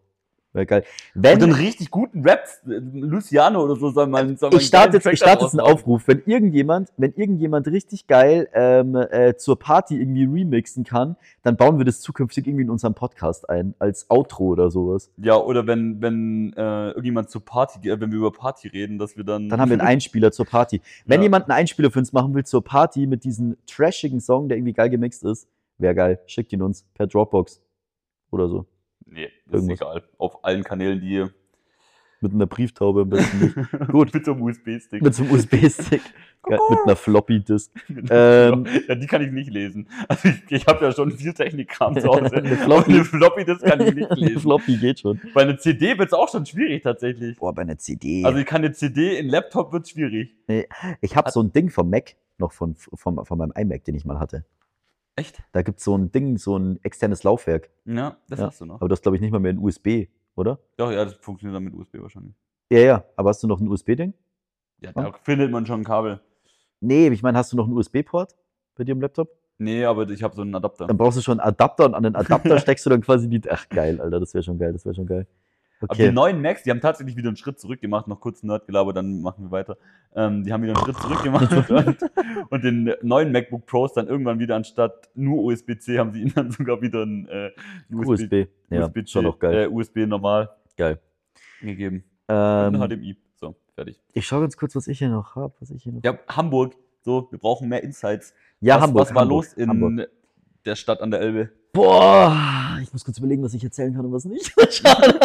Speaker 3: Wäre geil.
Speaker 2: Und einen
Speaker 3: Wenn,
Speaker 2: richtig guten Rap, Luciano oder so soll man soll man
Speaker 3: ich starte
Speaker 2: einen
Speaker 3: jetzt,
Speaker 2: geilen
Speaker 3: ich
Speaker 2: Track
Speaker 3: starte jetzt einen Aufruf. Wenn irgendjemand, wenn irgendjemand richtig geil ähm, äh, zur Party irgendwie remixen kann, dann bauen wir das zukünftig irgendwie in unserem Podcast ein, als Outro oder sowas.
Speaker 2: Ja, oder wenn, wenn äh, irgendjemand zur Party, ge- äh, wenn wir über Party reden, dass wir dann.
Speaker 3: Dann haben wir einen Einspieler zur Party. Wenn
Speaker 2: Ja.
Speaker 3: jemand einen Einspieler für uns machen will zur Party mit diesem trashigen Song, der irgendwie geil gemixt ist, wäre geil. Schickt ihn uns per Dropbox oder so.
Speaker 2: Nee, das ist
Speaker 3: Irgendwas.
Speaker 2: egal. Auf allen Kanälen, die. (laughs)
Speaker 3: Mit einer Brieftaube am besten.
Speaker 2: Gut. Bitte um USB-Stick.
Speaker 3: mit so einem USB-Stick. Ja, mit
Speaker 2: (laughs)
Speaker 3: einer Floppy-Disk. ähm,
Speaker 2: ja, die kann ich nicht lesen. Also ich, ich habe ja schon viel Technikkram
Speaker 3: (laughs)
Speaker 2: zu Hause.
Speaker 3: Eine
Speaker 2: aber
Speaker 3: Floppy.
Speaker 2: eine Floppy, das kann ich nicht
Speaker 3: (laughs) Eine
Speaker 2: lesen.
Speaker 3: Floppy geht schon.
Speaker 2: Bei einer CD wird es auch schon schwierig tatsächlich.
Speaker 3: Boah, bei einer CD.
Speaker 2: Also ich kann eine CD in Laptop wird schwierig.
Speaker 3: ich habe so ein Ding vom Mac, noch von, vom, von meinem iMac, den ich mal hatte.
Speaker 2: Echt?
Speaker 3: Da gibt es so ein Ding, so ein externes Laufwerk.
Speaker 2: Ja, das
Speaker 3: Ja.
Speaker 2: hast du noch.
Speaker 3: Aber das glaube ich nicht mal mehr in USB, oder?
Speaker 2: Doch, ja, das funktioniert dann mit USB wahrscheinlich.
Speaker 3: Ja, ja. Aber hast du noch ein USB-Ding?
Speaker 2: Ja, da findet man schon ein Kabel.
Speaker 3: Nee, ich meine, hast du noch einen USB-Port bei dir im Laptop?
Speaker 2: Nee, aber ich habe so einen Adapter.
Speaker 3: Dann brauchst du schon einen Adapter und an den Adapter
Speaker 2: (laughs)
Speaker 3: steckst du dann quasi die. Ach geil, Alter, das wäre schon geil, das wäre schon geil.
Speaker 2: Aber
Speaker 3: Okay.
Speaker 2: die neuen Macs, die haben tatsächlich wieder einen Schritt zurück gemacht, noch kurz Nerdgelaber, dann machen wir weiter. Ähm, die haben wieder einen Schritt zurück gemacht
Speaker 3: (laughs)
Speaker 2: und, und den neuen MacBook Pros dann irgendwann wieder anstatt nur USB-C haben sie ihnen dann sogar wieder einen äh, USB,
Speaker 3: USB. Ja,
Speaker 2: USB,
Speaker 3: schon doch geil.
Speaker 2: Äh, USB normal
Speaker 3: Geil.
Speaker 2: gegeben. Und
Speaker 3: Ähm,
Speaker 2: ein HDMI. So, fertig.
Speaker 3: ich schaue ganz kurz, was ich hier noch habe. Was ich hier noch.
Speaker 2: Ja, Hamburg. So, wir brauchen mehr Insights.
Speaker 3: Ja,
Speaker 2: was,
Speaker 3: Hamburg.
Speaker 2: Was war
Speaker 3: Hamburg,
Speaker 2: los in
Speaker 3: Hamburg.
Speaker 2: der Stadt an der Elbe?
Speaker 3: Boah, ich muss kurz überlegen, was ich erzählen kann und was nicht. (laughs) Schade.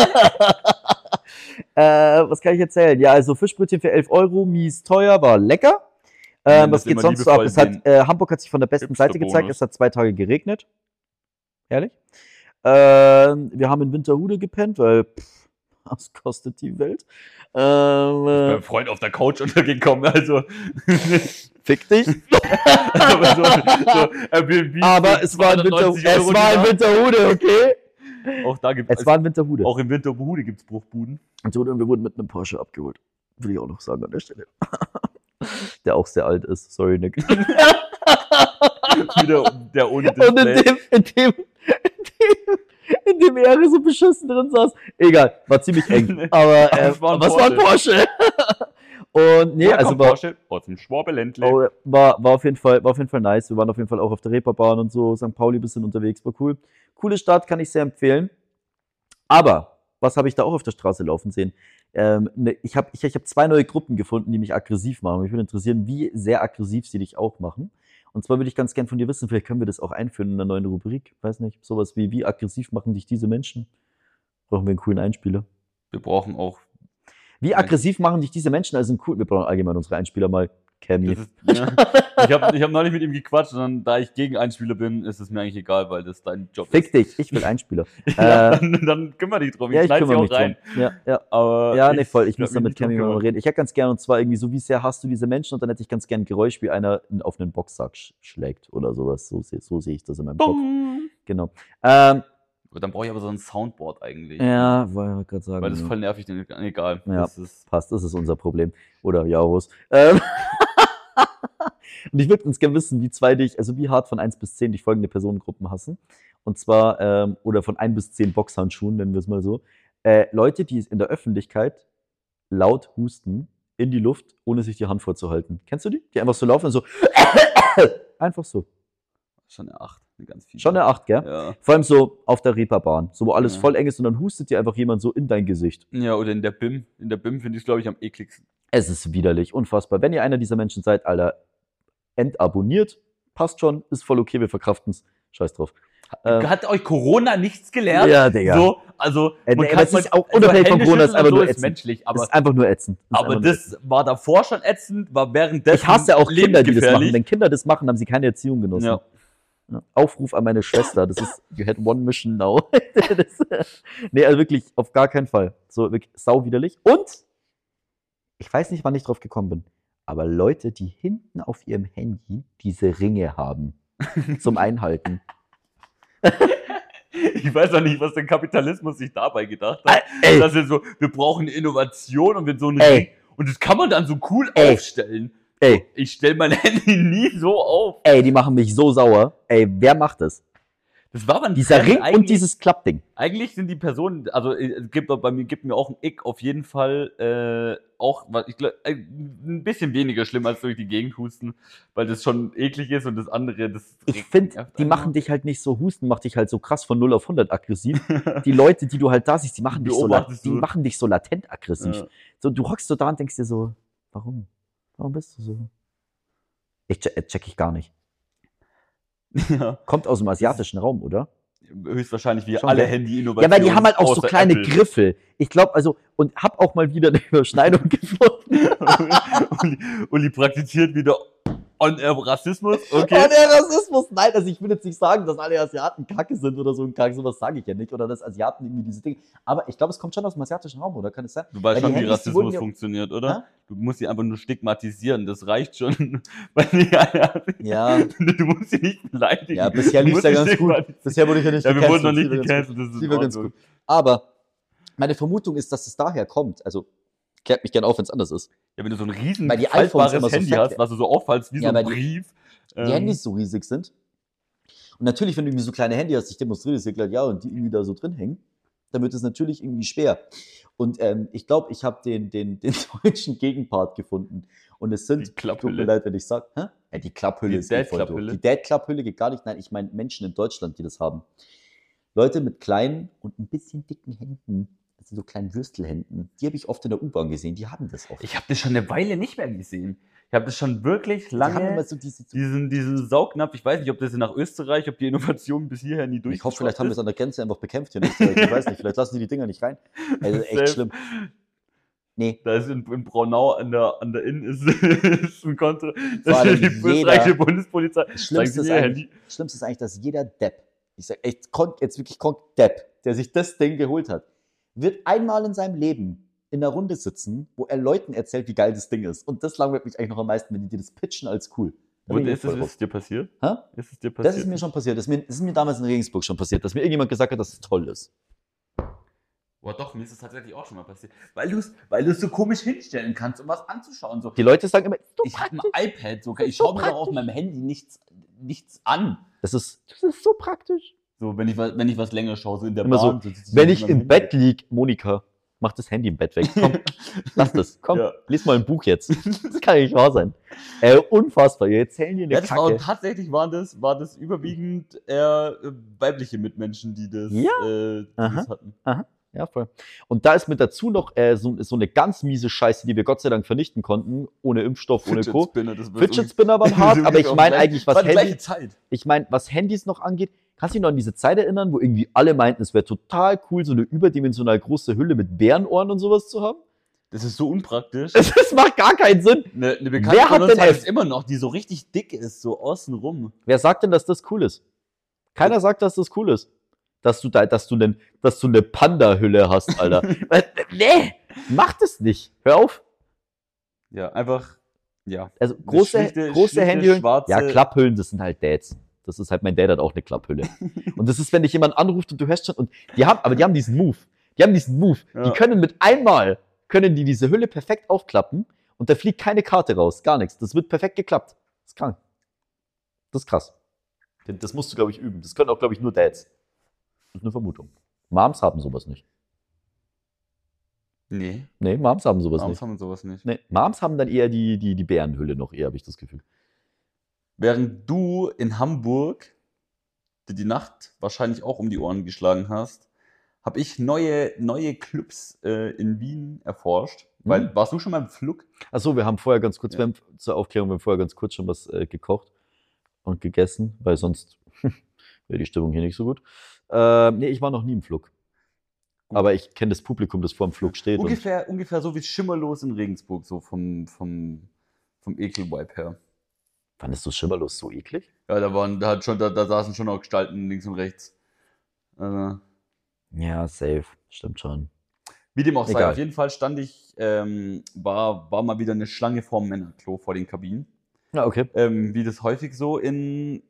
Speaker 3: äh, was kann ich erzählen? Ja, also Fischbrötchen für 11 Euro, mies teuer, war lecker.
Speaker 2: nennen
Speaker 3: Ähm, was
Speaker 2: das
Speaker 3: geht
Speaker 2: immer
Speaker 3: sonst so ab?
Speaker 2: liebevoll
Speaker 3: Es hat,
Speaker 2: den
Speaker 3: äh, Hamburg hat sich von der besten Seite gezeigt.
Speaker 2: Hipsterbonus.
Speaker 3: Es hat zwei Tage geregnet. Ehrlich. Ähm, wir haben in Winterhude gepennt, weil pff, was kostet die Welt?
Speaker 2: Ich bin
Speaker 3: Ähm,
Speaker 2: mit einem Freund auf der Couch (laughs) untergekommen, also.
Speaker 3: fick dich.
Speaker 2: aber so, so Airbnb
Speaker 3: Aber
Speaker 2: für
Speaker 3: es war in, Winter,
Speaker 2: 290
Speaker 3: es
Speaker 2: Euro
Speaker 3: war
Speaker 2: die
Speaker 3: in
Speaker 2: Nacht.
Speaker 3: Winterhude, okay?
Speaker 2: Auch da gibt
Speaker 3: Es war in Winterhude.
Speaker 2: Auch um in Winterhude gibt es Bruchbuden.
Speaker 3: Und so, und wir wurden mit einem Porsche abgeholt. Will ich auch noch sagen an der Stelle. (laughs) Der auch sehr alt ist. Sorry, Nick. (laughs) Und
Speaker 2: Wieder um der
Speaker 3: (laughs)
Speaker 2: ohne
Speaker 3: in
Speaker 2: Display.
Speaker 3: dem, in dem, in dem, in dem Ehre so beschissen drin saß. Egal, war ziemlich (laughs) eng. Aber äh,
Speaker 2: es war ein
Speaker 3: was war ein Porsche? (laughs) Und nee,
Speaker 2: Ja,
Speaker 3: also
Speaker 2: kommt
Speaker 3: war, Oh.
Speaker 2: Porsche aus dem Schwabeländle.
Speaker 3: war, war, war, auf jeden Fall, war auf jeden Fall nice. Wir waren auf jeden Fall auch auf der Reeperbahn und so. St. Pauli ein bisschen unterwegs, war cool. Coole Stadt, kann ich sehr empfehlen. Aber, was habe ich da auch auf der Straße laufen sehen? Ähm, ne, ich habe ich, ich hab zwei neue Gruppen gefunden, die mich aggressiv machen. Mich würde interessieren, wie sehr aggressiv sie dich auch machen. Und zwar würde ich ganz gern von dir wissen, vielleicht können wir das auch einführen in einer neuen Rubrik. Weiß nicht, sowas wie, wie aggressiv machen dich diese Menschen? Brauchen wir einen coolen Einspieler.
Speaker 2: Wir brauchen auch.
Speaker 3: Wie
Speaker 2: Ja.
Speaker 3: aggressiv machen dich diese Menschen? Also, einen coolen- wir brauchen allgemein unsere Einspieler mal. Cammy.
Speaker 2: Das ist, ja.
Speaker 3: (laughs)
Speaker 2: Ich habe ich hab neulich mit ihm gequatscht und dann, da ich gegen Einspieler bin, ist es mir eigentlich egal, weil das dein Job
Speaker 3: Fick
Speaker 2: ist.
Speaker 3: dich, ich will Einspieler.
Speaker 2: (laughs) Ja,
Speaker 3: äh,
Speaker 2: dann, dann kümmere dich drum. Ich
Speaker 3: Ja, ich
Speaker 2: schneid sie
Speaker 3: kümmere
Speaker 2: auch
Speaker 3: mich
Speaker 2: rein.
Speaker 3: drum. Ja, ja.
Speaker 2: Aber
Speaker 3: Ja, nee, voll. Ich
Speaker 2: werd
Speaker 3: muss
Speaker 2: mich
Speaker 3: damit
Speaker 2: nicht drum
Speaker 3: Cammy mal
Speaker 2: kümmern.
Speaker 3: reden. Ich hätte ganz gerne, und zwar irgendwie so, wie sehr hast du diese Menschen? Und dann hätte ich ganz gern ein Geräusch, wie einer ihn auf einen Boxsack sch schlägt oder sowas. So, se- so sehe ich das in meinem Kopf.
Speaker 2: Bong.
Speaker 3: Genau. Ähm,
Speaker 2: Aber Dann brauche ich aber so ein Soundboard eigentlich.
Speaker 3: ja, wollte ich gerade sagen.
Speaker 2: Weil das ist
Speaker 3: ja.
Speaker 2: voll nervig, denn egal.
Speaker 3: Ja.
Speaker 2: Das ist,
Speaker 3: Passt, das ist unser Problem. Oder Jaros. Ähm, (laughs) und ich würde uns gerne wissen, wie zwei dich, also wie hart von 1 bis 10 dich folgende Personengruppen hassen. Und zwar, ähm, oder von 1 bis 10 Boxhandschuhen, nennen wir es mal so. Äh, Leute, die in der Öffentlichkeit laut husten, in die Luft, ohne sich die Hand vorzuhalten. Kennst du die? Die einfach so laufen und so. (coughs) einfach so.
Speaker 2: schon eine 8. Eine ganz viel.
Speaker 3: Schon eine 8, gell?
Speaker 2: Ja.
Speaker 3: Vor allem so auf der Reeperbahn, so wo alles
Speaker 2: Ja.
Speaker 3: voll eng ist und dann hustet dir einfach jemand so in dein Gesicht.
Speaker 2: ja, oder in der BIM. In der BIM finde ich es, glaube ich, am ekligsten.
Speaker 3: Es ist widerlich, unfassbar. Wenn ihr einer dieser Menschen seid, Alter, entabonniert, passt schon, ist voll okay, wir verkraften's. Scheiß drauf. Ähm,
Speaker 2: Hat euch Corona nichts gelernt?
Speaker 3: ja, Digga.
Speaker 2: So, also,
Speaker 3: Äh, nee, aber es
Speaker 2: mal-
Speaker 3: ist auch
Speaker 2: also
Speaker 3: unabhängig von
Speaker 2: Hände
Speaker 3: Corona, ist
Speaker 2: schütteln und
Speaker 3: einfach
Speaker 2: so
Speaker 3: nur
Speaker 2: ist
Speaker 3: ätzend.
Speaker 2: menschlich,
Speaker 3: das
Speaker 2: aber,
Speaker 3: ist einfach nur ätzend. Das ist
Speaker 2: aber
Speaker 3: einfach nur
Speaker 2: das war davor schon ätzend, war währenddessen
Speaker 3: Ich hasse auch Kinder, die das machen.
Speaker 2: lebensgefährlich.
Speaker 3: Wenn Kinder das machen, haben sie keine Erziehung genossen.
Speaker 2: Ja.
Speaker 3: Ja. Aufruf an meine Schwester. Das ist, you had one mission now. (laughs) das, nee, also wirklich, auf gar keinen Fall. So, wirklich sauwiderlich. Und ich weiß nicht, wann ich drauf gekommen bin, aber Leute, die hinten auf ihrem Handy diese Ringe haben
Speaker 2: (laughs)
Speaker 3: zum Einhalten.
Speaker 2: Ich weiß auch nicht, was der Kapitalismus sich dabei gedacht
Speaker 3: Ah,
Speaker 2: hat.
Speaker 3: ey.
Speaker 2: Dass wir so, wir brauchen Innovation und wir so einen
Speaker 3: Ey.
Speaker 2: Ring. Und das kann man dann so cool
Speaker 3: Ey.
Speaker 2: aufstellen.
Speaker 3: Ey,
Speaker 2: Ich stelle mein (laughs) Handy nie so auf.
Speaker 3: ey, die machen mich so sauer. Ey, wer macht das?
Speaker 2: Das war man
Speaker 3: Dieser Ring und
Speaker 2: eigentlich,
Speaker 3: dieses Klappding.
Speaker 2: eigentlich sind die Personen, also äh, es gibt auch bei mir gibt mir auch ein Ick auf jeden Fall äh, auch, was ich glaub, äh, ein bisschen weniger schlimm als durch die Gegend husten, weil das schon eklig ist und das andere, das regt
Speaker 3: Ich
Speaker 2: mich
Speaker 3: finde,
Speaker 2: einfach
Speaker 3: die machen
Speaker 2: nur.
Speaker 3: dich halt nicht so, Husten macht dich halt so krass von 0 auf 100 aggressiv. Die Leute, die du halt da siehst,
Speaker 2: (laughs)
Speaker 3: die machen, dich so, la-
Speaker 2: Beobachtest
Speaker 3: die
Speaker 2: du.
Speaker 3: machen dich so latent aggressiv.
Speaker 2: Ja.
Speaker 3: So, du hockst so da und denkst dir so, warum? Warum bist du so? Ich che- äh, check ich gar nicht.
Speaker 2: (laughs) Ja.
Speaker 3: Kommt aus dem asiatischen Raum, oder?
Speaker 2: Höchstwahrscheinlich wie
Speaker 3: Schon,
Speaker 2: alle
Speaker 3: gell?
Speaker 2: Handy-Innovationen.
Speaker 3: Ja, weil die haben halt auch so
Speaker 2: außer
Speaker 3: kleine
Speaker 2: Apple. (laughs)
Speaker 3: Griffel. Ich glaube, also, und hab auch mal wieder eine (laughs) Überschneidung gefunden.
Speaker 2: Uli, Uli praktiziert wieder On-Air-Rassismus.
Speaker 3: Ja,
Speaker 2: Okay.
Speaker 3: der Rassismus, nein, also ich will jetzt nicht sagen, dass alle Asiaten kacke sind oder so ein Kack, sowas sage ich ja nicht. Oder dass Asiaten irgendwie diese Dinge. Aber ich glaube, es kommt schon aus dem asiatischen Raum, oder? Kann
Speaker 2: (laughs)
Speaker 3: es sein?
Speaker 2: Du weißt
Speaker 3: Ja, die
Speaker 2: schon, wie
Speaker 3: Handys, die wurden
Speaker 2: Rassismus
Speaker 3: ja-
Speaker 2: funktioniert, oder? Du musst sie einfach nur stigmatisieren, das reicht schon. (laughs) Weil die,
Speaker 3: Ja,
Speaker 2: du musst sie nicht beleidigen.
Speaker 3: ja bisher
Speaker 2: Du
Speaker 3: lief es
Speaker 2: musst
Speaker 3: ja
Speaker 2: sie
Speaker 3: ganz
Speaker 2: stigmatisieren.
Speaker 3: gut. Bisher wurde ich ja nicht
Speaker 2: Ja, wir wurden noch
Speaker 3: gecancelt,
Speaker 2: nicht also.
Speaker 3: das lief ja ganz gut.
Speaker 2: gecancelt, das ist
Speaker 3: Die
Speaker 2: in
Speaker 3: war ganz
Speaker 2: Ordnung.
Speaker 3: gut. Aber meine Vermutung ist, dass es daher kommt. Also klärt mich gerne auf, wenn es anders ist.
Speaker 2: Ja, wenn du so ein riesen
Speaker 3: Weil die iPhones
Speaker 2: faltbares
Speaker 3: immer so
Speaker 2: Handy
Speaker 3: fett
Speaker 2: hast,
Speaker 3: werden.
Speaker 2: was du so auffallst wie
Speaker 3: Ja,
Speaker 2: so
Speaker 3: weil
Speaker 2: ein
Speaker 3: die-
Speaker 2: Brief. ähm,
Speaker 3: Die Handys so riesig sind. Und natürlich, wenn du irgendwie so kleine Handys hast, ich demonstriere das hier gleich, ja, und die irgendwie da so drin hängen, dann wird es natürlich irgendwie schwer. Und ähm, ich glaube, ich habe den, den, (laughs) den deutschen Gegenpart gefunden. Und es sind,
Speaker 2: Die Klapphülle.
Speaker 3: tut mir leid, wenn ich sage, ja, die Klapphülle
Speaker 2: Die
Speaker 3: ist geht voll durch.
Speaker 2: Dad-Klapphülle.
Speaker 3: Die Dad-Klapphülle geht gar nicht. Nein, ich meine Menschen in Deutschland, die das haben. Leute mit kleinen und ein bisschen dicken Händen, also so kleinen Würstelhänden, die habe ich oft in der U-Bahn gesehen, die haben das oft.
Speaker 2: ich habe das schon eine Weile nicht mehr gesehen. Ich habe das schon wirklich
Speaker 3: die haben immer
Speaker 2: lange.
Speaker 3: so diese, so
Speaker 2: Diesen, diesen Saugnapf, ich weiß nicht, ob das nach Österreich, ob die Innovation bis hierher nie durch
Speaker 3: Ich hoffe, vielleicht haben wir es an der Grenze einfach bekämpft hier. in Österreich. Ich weiß nicht, vielleicht lassen die die Dinger nicht rein.
Speaker 2: (laughs)
Speaker 3: Also echt
Speaker 2: Safe.
Speaker 3: schlimm. Nee,
Speaker 2: Da ist in, in Braunau an der, an der Inn ist, (laughs) ist ein Kontra.
Speaker 3: Vor
Speaker 2: Das ist (laughs)
Speaker 3: allem
Speaker 2: die
Speaker 3: jeder-
Speaker 2: österreichische Bundespolizei. Sagen
Speaker 3: das Schlimmste,
Speaker 2: Sie
Speaker 3: ist
Speaker 2: mir,
Speaker 3: eigentlich,
Speaker 2: Handy.
Speaker 3: das Schlimmste ist eigentlich, dass jeder Depp, ich sag echt, kon- jetzt wirklich kon Depp, der sich das Ding geholt hat, wird einmal in seinem Leben in einer Runde sitzen, wo er Leuten erzählt, wie geil das Ding ist. Und das langweilt mich eigentlich noch am meisten, wenn die dir das pitchen als cool. Da
Speaker 2: Und
Speaker 3: bin ich
Speaker 2: ist,
Speaker 3: voll
Speaker 2: es, ist
Speaker 3: drauf.
Speaker 2: es dir passiert?
Speaker 3: Hä?
Speaker 2: Ist es dir passiert?
Speaker 3: Das ist mir schon passiert. Das ist mir, das ist mir damals in Regensburg schon passiert, dass mir irgendjemand gesagt hat, dass es toll ist.
Speaker 2: Boah, doch, mir ist es tatsächlich auch schon mal passiert. Weil du es weil du's so komisch hinstellen kannst, um was anzuschauen. So.
Speaker 3: Die Leute sagen immer, so
Speaker 2: Ich habe
Speaker 3: praktisch.
Speaker 2: ein iPad sogar.
Speaker 3: Das
Speaker 2: Ich
Speaker 3: ist so
Speaker 2: schaue mir doch auf meinem Handy nichts, nichts an.
Speaker 3: Das ist, das ist so praktisch.
Speaker 2: So, wenn ich, was- wenn ich was länger schaue, so in der
Speaker 3: Immer so,
Speaker 2: Bahn. So, sitze
Speaker 3: Wenn
Speaker 2: mit
Speaker 3: ich
Speaker 2: meinem
Speaker 3: im
Speaker 2: Handy. (laughs)
Speaker 3: Bett lieg, Monika, mach das Handy im Bett weg. Komm, lass das. Komm,
Speaker 2: Ja.
Speaker 3: lies mal ein Buch jetzt. Das kann nicht wahr sein. Äh, unfassbar. Wir erzählen dir eine
Speaker 2: Ja, das war,
Speaker 3: Kacke.
Speaker 2: tatsächlich waren das, war das überwiegend eher äh, weibliche Mitmenschen, die das,
Speaker 3: Ja.
Speaker 2: äh, die
Speaker 3: Aha.
Speaker 2: das hatten.
Speaker 3: Ja, voll. Und da ist mit dazu noch äh, so, so eine ganz miese Scheiße, die wir Gott sei Dank vernichten konnten, ohne Impfstoff, ohne Co.
Speaker 2: Spinner, das war so-
Speaker 3: Fidget
Speaker 2: (laughs)
Speaker 3: Spinner waren hart,
Speaker 2: So
Speaker 3: aber ich
Speaker 2: ungefähr
Speaker 3: meine
Speaker 2: gleich-
Speaker 3: eigentlich, was
Speaker 2: war die
Speaker 3: Handy,
Speaker 2: gleiche Zeit.
Speaker 3: ich meine, was Handys noch angeht, kannst du dich noch an diese Zeit erinnern, wo irgendwie alle meinten, es wäre total cool, so eine überdimensional große Hülle mit Bärenohren und sowas zu haben?
Speaker 2: Das ist so unpraktisch.
Speaker 3: Das macht gar keinen Sinn.
Speaker 2: Eine, eine Bekannte
Speaker 3: Wer hat
Speaker 2: von uns
Speaker 3: denn
Speaker 2: hat
Speaker 3: elf?
Speaker 2: es immer noch, die so richtig dick ist, so außenrum.
Speaker 3: Wer sagt denn, dass das cool ist? Keiner sagt, dass das cool ist. Dass du da, dass du nen, dass du eine Panda-Hülle hast, Alter. (laughs) Was? nee, mach das nicht. Hör auf.
Speaker 2: Ja, einfach, ja.
Speaker 3: Also große,
Speaker 2: schlichte-
Speaker 3: große
Speaker 2: schlichte,
Speaker 3: Handyhüllen.
Speaker 2: schwarze-
Speaker 3: ja, Klapphüllen, das sind halt Dads. Das ist halt, mein Dad hat auch eine (laughs) Klapphülle. und das ist, wenn dich jemand anruft und du hörst schon, und die haben, aber die haben diesen Move. Die haben diesen Move.
Speaker 2: Ja.
Speaker 3: Die können mit einmal, können die diese Hülle perfekt aufklappen und da fliegt keine Karte raus, gar nichts. Das wird perfekt geklappt. Das ist krank. Das ist krass. Das- Das musst du, glaube ich, üben. Das können auch, glaube ich, nur Dads. Das ist eine Vermutung. Moms haben sowas nicht.
Speaker 2: Nee,
Speaker 3: Nee, Moms haben sowas
Speaker 2: warum
Speaker 3: nicht.
Speaker 2: haben wir sowas nicht?
Speaker 3: Nee, Moms haben dann eher die, die, die Bärenhülle noch eher, habe ich das Gefühl.
Speaker 2: Während du in Hamburg dir die Nacht wahrscheinlich auch um die Ohren geschlagen hast, habe ich neue, neue Clubs äh, in Wien erforscht. Weil, warst du schon mal im Flug?
Speaker 3: Achso, wir haben vorher ganz kurz,
Speaker 2: Ja.
Speaker 3: wir haben, zur Aufklärung, wir haben vorher ganz kurz schon was äh, gekocht und gegessen, weil sonst (laughs) wäre die Stimmung hier nicht so gut. Ähm, nee, ich war noch nie im Flug.
Speaker 2: Gut.
Speaker 3: Aber ich kenne das Publikum, das vor dem Flug steht. Und
Speaker 2: Ungefähr, ungefähr so wie Schimmerlos in Regensburg, so vom, vom, vom Ekel-Wipe her.
Speaker 3: fandest du Schimmerlos so eklig?
Speaker 2: Ja, da waren, da hat schon, da, da saßen schon auch Gestalten links und rechts. Also,
Speaker 3: Ja, safe. Stimmt schon.
Speaker 2: wie dem auch sei,
Speaker 3: Egal.
Speaker 2: auf jeden Fall stand ich, ähm, war, war mal wieder eine Schlange vorm Männerklo vor den Kabinen.
Speaker 3: Ja, okay.
Speaker 2: Ähm, wie das häufig so in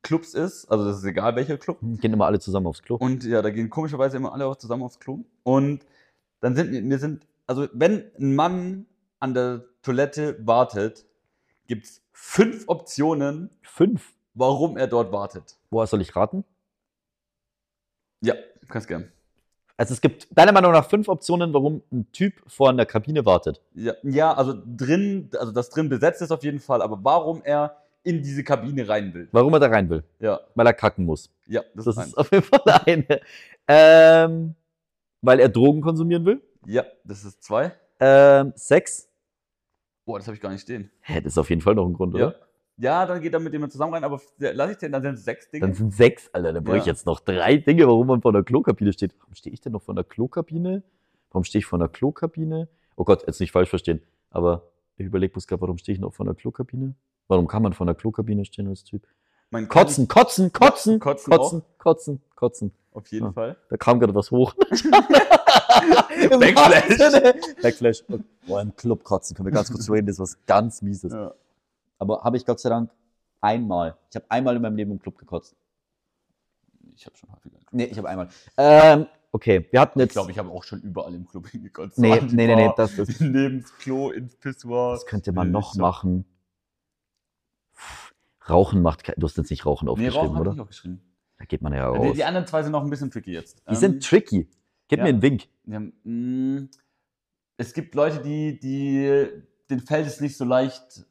Speaker 2: Clubs ist, also das ist egal welcher Club.
Speaker 3: Gehen immer alle zusammen aufs Klo.
Speaker 2: Und ja, da gehen komischerweise immer alle auch zusammen aufs Klo. Und dann sind wir, wir sind, also wenn ein Mann an der Toilette wartet, gibt es fünf Optionen,
Speaker 3: Fünf.
Speaker 2: warum er dort wartet.
Speaker 3: Woher soll ich raten?
Speaker 2: Ja, kannst gern.
Speaker 3: Also es gibt deiner Meinung nach fünf Optionen, warum ein Typ vor einer Kabine wartet.
Speaker 2: Ja, ja, also drin, also das drin besetzt ist auf jeden Fall, aber warum er in diese Kabine rein will.
Speaker 3: Warum er da rein will.
Speaker 2: Ja,
Speaker 3: Weil er kacken muss.
Speaker 2: ja, das,
Speaker 3: Das
Speaker 2: ist
Speaker 3: ist
Speaker 2: eins.
Speaker 3: auf jeden Fall (laughs) eine. Ähm, weil er Drogen konsumieren will.
Speaker 2: Ja, das ist zwei.
Speaker 3: Ähm, Sex.
Speaker 2: Boah, das habe ich gar nicht stehen.
Speaker 3: Hä, das ist auf jeden Fall noch ein Grund,
Speaker 2: Ja.
Speaker 3: oder?
Speaker 2: ja, dann geht er mit jemandem zusammen rein, aber lass ich den, dann sind es sechs Dinge.
Speaker 3: Dann sind sechs, Alter. Dann brauche ich
Speaker 2: Ja.
Speaker 3: jetzt noch drei Dinge, warum man vor einer Klokabine steht. Warum stehe ich denn noch vor einer Klokabine? Warum stehe ich vor einer Klokabine? Oh Gott, jetzt nicht falsch verstehen. Aber ich überlege bloß gerade, warum stehe ich noch vor einer Klokabine? Warum kann man vor einer Klokabine stehen als Typ?
Speaker 2: mein
Speaker 3: Kotzen, kotzen, kotzen,
Speaker 2: Ja, kotzen
Speaker 3: kotzen, kotzen, kotzen, kotzen.
Speaker 2: Auf jeden
Speaker 3: Ja.
Speaker 2: Fall.
Speaker 3: Da kam gerade was hoch.
Speaker 2: (laughs) Backflash.
Speaker 3: (laughs) Backflash. Und, boah, im Club kotzen können wir ganz kurz reden, das ist was ganz Mieses.
Speaker 2: Ja.
Speaker 3: Aber habe ich Gott sei Dank einmal. Ich habe einmal in meinem Leben im Club gekotzt.
Speaker 2: Ich habe schon häufiger.
Speaker 3: Nee, ich habe einmal. Ähm, okay, wir hatten
Speaker 2: Ich
Speaker 3: jetzt.
Speaker 2: glaube, ich habe auch schon überall im Club (laughs) hingekotzt.
Speaker 3: nee,
Speaker 2: An die
Speaker 3: nee, nee,
Speaker 2: (laughs)
Speaker 3: nee,
Speaker 2: Bar,
Speaker 3: das, das,
Speaker 2: Neben das Klo, ins Pissoir.
Speaker 3: das könnte man
Speaker 2: Äh,
Speaker 3: noch
Speaker 2: so.
Speaker 3: machen. Pff, Rauchen macht kein, Du hast jetzt nicht Rauchen
Speaker 2: Nee,
Speaker 3: aufgeschrieben,
Speaker 2: Rauchen habe
Speaker 3: oder?
Speaker 2: ich auch geschrieben.
Speaker 3: Da geht man ja
Speaker 2: Die,
Speaker 3: raus.
Speaker 2: die
Speaker 3: Die,
Speaker 2: anderen zwei sind noch ein bisschen tricky jetzt.
Speaker 3: sind tricky. Gib
Speaker 2: ja.
Speaker 3: mir einen Wink.
Speaker 2: Ja, mm, es gibt Leute, die, die den fällt es nicht so leicht,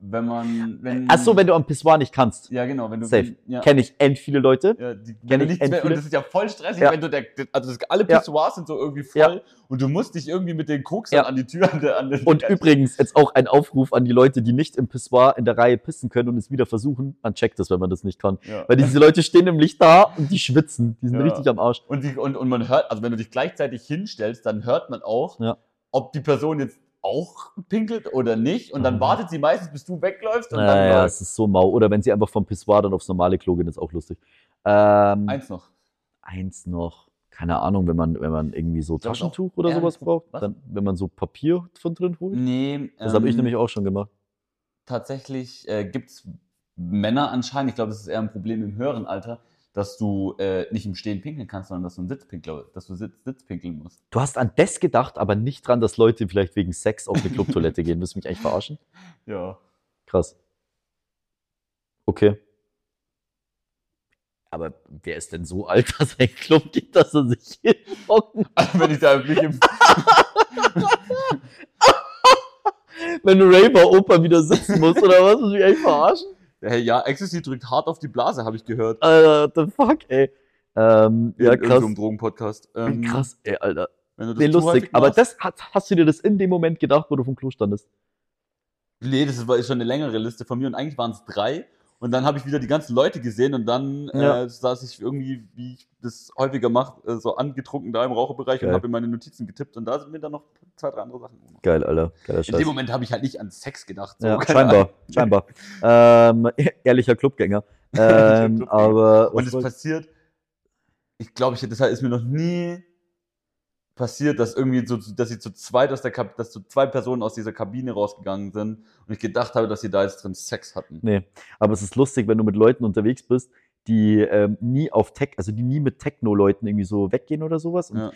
Speaker 2: wenn man. Wenn,
Speaker 3: Achso, wenn du am Pissoir nicht kannst.
Speaker 2: Mhm. Ja, genau, wenn du.
Speaker 3: Safe.
Speaker 2: Wenn, ja,
Speaker 3: Kenne ich end viele Leute.
Speaker 2: ja, die, wenn
Speaker 3: kenn
Speaker 2: du
Speaker 3: ich
Speaker 2: nichts mehr, und
Speaker 3: entweder-
Speaker 2: das ist ja voll stressig,
Speaker 3: Ja.
Speaker 2: wenn du der, also das, alle
Speaker 3: Ja.
Speaker 2: Pissoirs sind so irgendwie voll
Speaker 3: Ja.
Speaker 2: und du musst dich irgendwie mit den Koksern
Speaker 3: Ja.
Speaker 2: an die Tür an der, an den
Speaker 3: Und übrigens jetzt auch ein Aufruf an die Leute, die nicht im Pissoir in der Reihe pissen können und es wieder versuchen. Man checkt das, wenn man das nicht kann.
Speaker 2: Ja.
Speaker 3: Weil diese Leute stehen nämlich da und die schwitzen. Die sind
Speaker 2: Ja.
Speaker 3: richtig am Arsch.
Speaker 2: Und, die, und, und man hört, also wenn du dich gleichzeitig hinstellst, dann hört man auch,
Speaker 3: Ja.
Speaker 2: ob die Person jetzt auch pinkelt oder nicht. Und dann
Speaker 3: Mhm.
Speaker 2: wartet sie meistens, bis du wegläufst und dann
Speaker 3: Naja,
Speaker 2: läuft.
Speaker 3: es ist so mau. Oder wenn sie einfach vom Pissoir dann aufs normale Klo gehen, ist auch lustig. Ähm,
Speaker 2: Eins noch.
Speaker 3: eins noch. Keine Ahnung, wenn man, wenn man irgendwie so
Speaker 2: Das ist
Speaker 3: Taschentuch
Speaker 2: auch-
Speaker 3: oder
Speaker 2: ja,
Speaker 3: sowas
Speaker 2: das-
Speaker 3: braucht,
Speaker 2: was?
Speaker 3: dann, wenn man so Papier von drin holt.
Speaker 2: Nee,
Speaker 3: Das habe ich
Speaker 2: ähm,
Speaker 3: nämlich auch schon gemacht.
Speaker 2: Tatsächlich äh, gibt es Männer anscheinend, ich glaube, das ist eher ein Problem im höheren Alter, dass du äh, nicht im Stehen pinkeln kannst, sondern dass du ein Sitzpinkler, dass du Sitz, Sitzpinkeln musst.
Speaker 3: Du hast an das gedacht, aber nicht dran, dass Leute vielleicht wegen Sex auf eine Clubtoilette gehen. Willst du mich eigentlich verarschen?
Speaker 2: Ja.
Speaker 3: Krass. Okay. Aber wer ist denn so alt, (laughs) dass er in den Club geht, dass er sich hinhocken?
Speaker 2: (laughs) Wenn ich da nicht im
Speaker 3: Wenn Raver Opa wieder sitzen muss oder was? Muss ich eigentlich verarschen?
Speaker 2: hey, ja, Ecstasy drückt hart auf die Blase, habe ich gehört.
Speaker 3: Alter, the fuck, ey. Ähm, ja,
Speaker 2: In
Speaker 3: krass.
Speaker 2: irgendeinem Drogenpodcast. Ähm,
Speaker 3: Krass, ey, Alter.
Speaker 2: Wenn du das
Speaker 3: Nee,
Speaker 2: zu
Speaker 3: lustig.
Speaker 2: häufig
Speaker 3: Aber
Speaker 2: machst-
Speaker 3: das hast, hast du dir das in dem Moment gedacht, wo du vom Klo standest?
Speaker 2: Nee, das war- ist schon eine längere Liste von mir und eigentlich waren es drei. Und dann habe ich wieder die ganzen Leute gesehen und dann
Speaker 3: Ja.
Speaker 2: äh, saß ich irgendwie, wie ich das häufiger mache, äh, so angetrunken da im Raucherbereich und
Speaker 3: Geil.
Speaker 2: habe in meine Notizen getippt und da sind mir dann noch zwei, drei andere Sachen gemacht.
Speaker 3: Geil, Alter. Geiler
Speaker 2: In dem Moment habe ich halt nicht an Sex gedacht. So,
Speaker 3: ja,
Speaker 2: keine Ahnung.
Speaker 3: scheinbar, scheinbar. Ähm,
Speaker 2: (laughs)
Speaker 3: ehrlicher Clubgänger. Ähm,
Speaker 2: Clubgänger.
Speaker 3: aber was
Speaker 2: Und es
Speaker 3: wollt-
Speaker 2: passiert, ich glaube, ich, das ist mir noch nie passiert, dass irgendwie so, dass sie zu zweit aus der Kab dass so zwei Personen aus dieser Kabine rausgegangen sind und ich gedacht habe, dass sie da jetzt drin Sex hatten.
Speaker 3: Nee, aber es ist lustig, wenn du mit Leuten unterwegs bist, die ähm, nie auf Tech, also die nie mit Techno-Leuten irgendwie so weggehen oder sowas. Und
Speaker 2: Ja.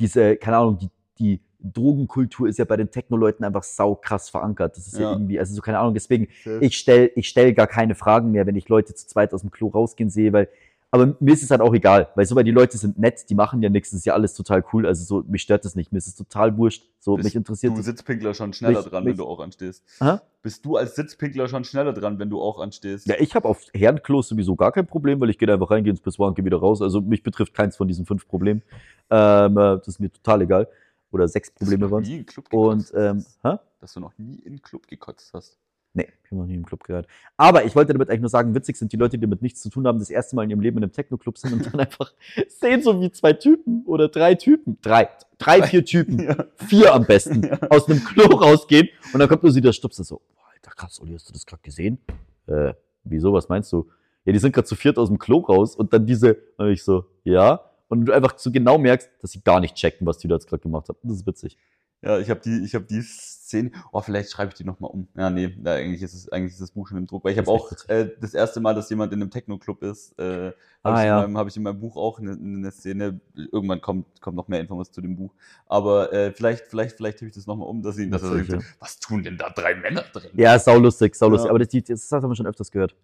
Speaker 3: diese, keine Ahnung, die, die Drogenkultur ist ja bei den Techno-Leuten einfach saukrass verankert. Das ist ja,
Speaker 2: Ja.
Speaker 3: irgendwie, also so keine Ahnung, deswegen, ich stell, ich stell gar keine Fragen mehr, wenn ich Leute zu zweit aus dem Klo rausgehen sehe, weil, aber mir ist es halt auch egal, weil so, weil die Leute sind nett, die machen ja nichts, das ist ja alles total cool, also so, mich stört das nicht, mir ist es total wurscht, so,
Speaker 2: Bist
Speaker 3: mich interessiert
Speaker 2: du
Speaker 3: es.
Speaker 2: Sitzpinkler schon schneller
Speaker 3: Mich-
Speaker 2: dran,
Speaker 3: mich-
Speaker 2: wenn du auch anstehst.
Speaker 3: Hä?
Speaker 2: Bist du als Sitzpinkler schon schneller dran, wenn du auch anstehst?
Speaker 3: Ja, ich habe auf Herrenklos sowieso gar kein Problem, weil ich gehe da einfach rein, gehe ins Pissoir und gehe wieder raus. Also mich betrifft keins von diesen fünf Problemen. Ähm, äh, das ist mir total egal. Oder sechs
Speaker 2: Dass du
Speaker 3: Probleme
Speaker 2: noch
Speaker 3: waren
Speaker 2: nie in den Club
Speaker 3: Und,
Speaker 2: gekotzt
Speaker 3: ähm,
Speaker 2: hast.
Speaker 3: hä? (laughs)
Speaker 2: dass du noch nie in den Club gekotzt hast.
Speaker 3: Nee, ich habe noch nie im Club gehört. Aber ich wollte damit eigentlich nur sagen, witzig sind die Leute, die damit nichts zu tun haben, das erste Mal in ihrem Leben in einem Techno-Club sind und dann (laughs) einfach sehen, so wie zwei Typen oder drei Typen. Drei, drei, vier Typen,
Speaker 2: Ja.
Speaker 3: vier am (laughs) besten,
Speaker 2: Ja.
Speaker 3: aus einem Klo rausgehen und dann kommt nur sie der Stups und so, "Boah, Alter, krass, Uli, hast du das gerade gesehen? Äh, wieso, was meinst du? Ja, die sind gerade zu viert aus dem Klo raus und dann diese, und ich so, ja. Und du einfach so genau merkst, dass sie gar nicht checken, was die da jetzt gerade gemacht haben. Das ist witzig.
Speaker 2: Ja, ich habe die, ich habe die Szene. Oh, vielleicht schreibe ich die nochmal um. Ja, nee, na, eigentlich ist es, eigentlich ist das Buch schon im Druck, weil ich
Speaker 3: Das
Speaker 2: habe
Speaker 3: ist
Speaker 2: auch
Speaker 3: echt witzig.
Speaker 2: äh, das erste Mal, dass jemand in einem Techno-Club ist, äh, habe
Speaker 3: Ah,
Speaker 2: ich, in
Speaker 3: ja.
Speaker 2: meinem- hab ich in meinem Buch auch eine, eine Szene. Irgendwann kommt, kommt noch mehr Infos zu dem Buch. Aber äh, vielleicht, vielleicht, vielleicht tippe ich das nochmal um, dass sie, dass er
Speaker 3: Witzig,
Speaker 2: denkt, was tun denn da drei Männer drin?
Speaker 3: Ja, saulustig, saulustig.
Speaker 2: Ja.
Speaker 3: Aber das, das, das haben wir schon öfters gehört.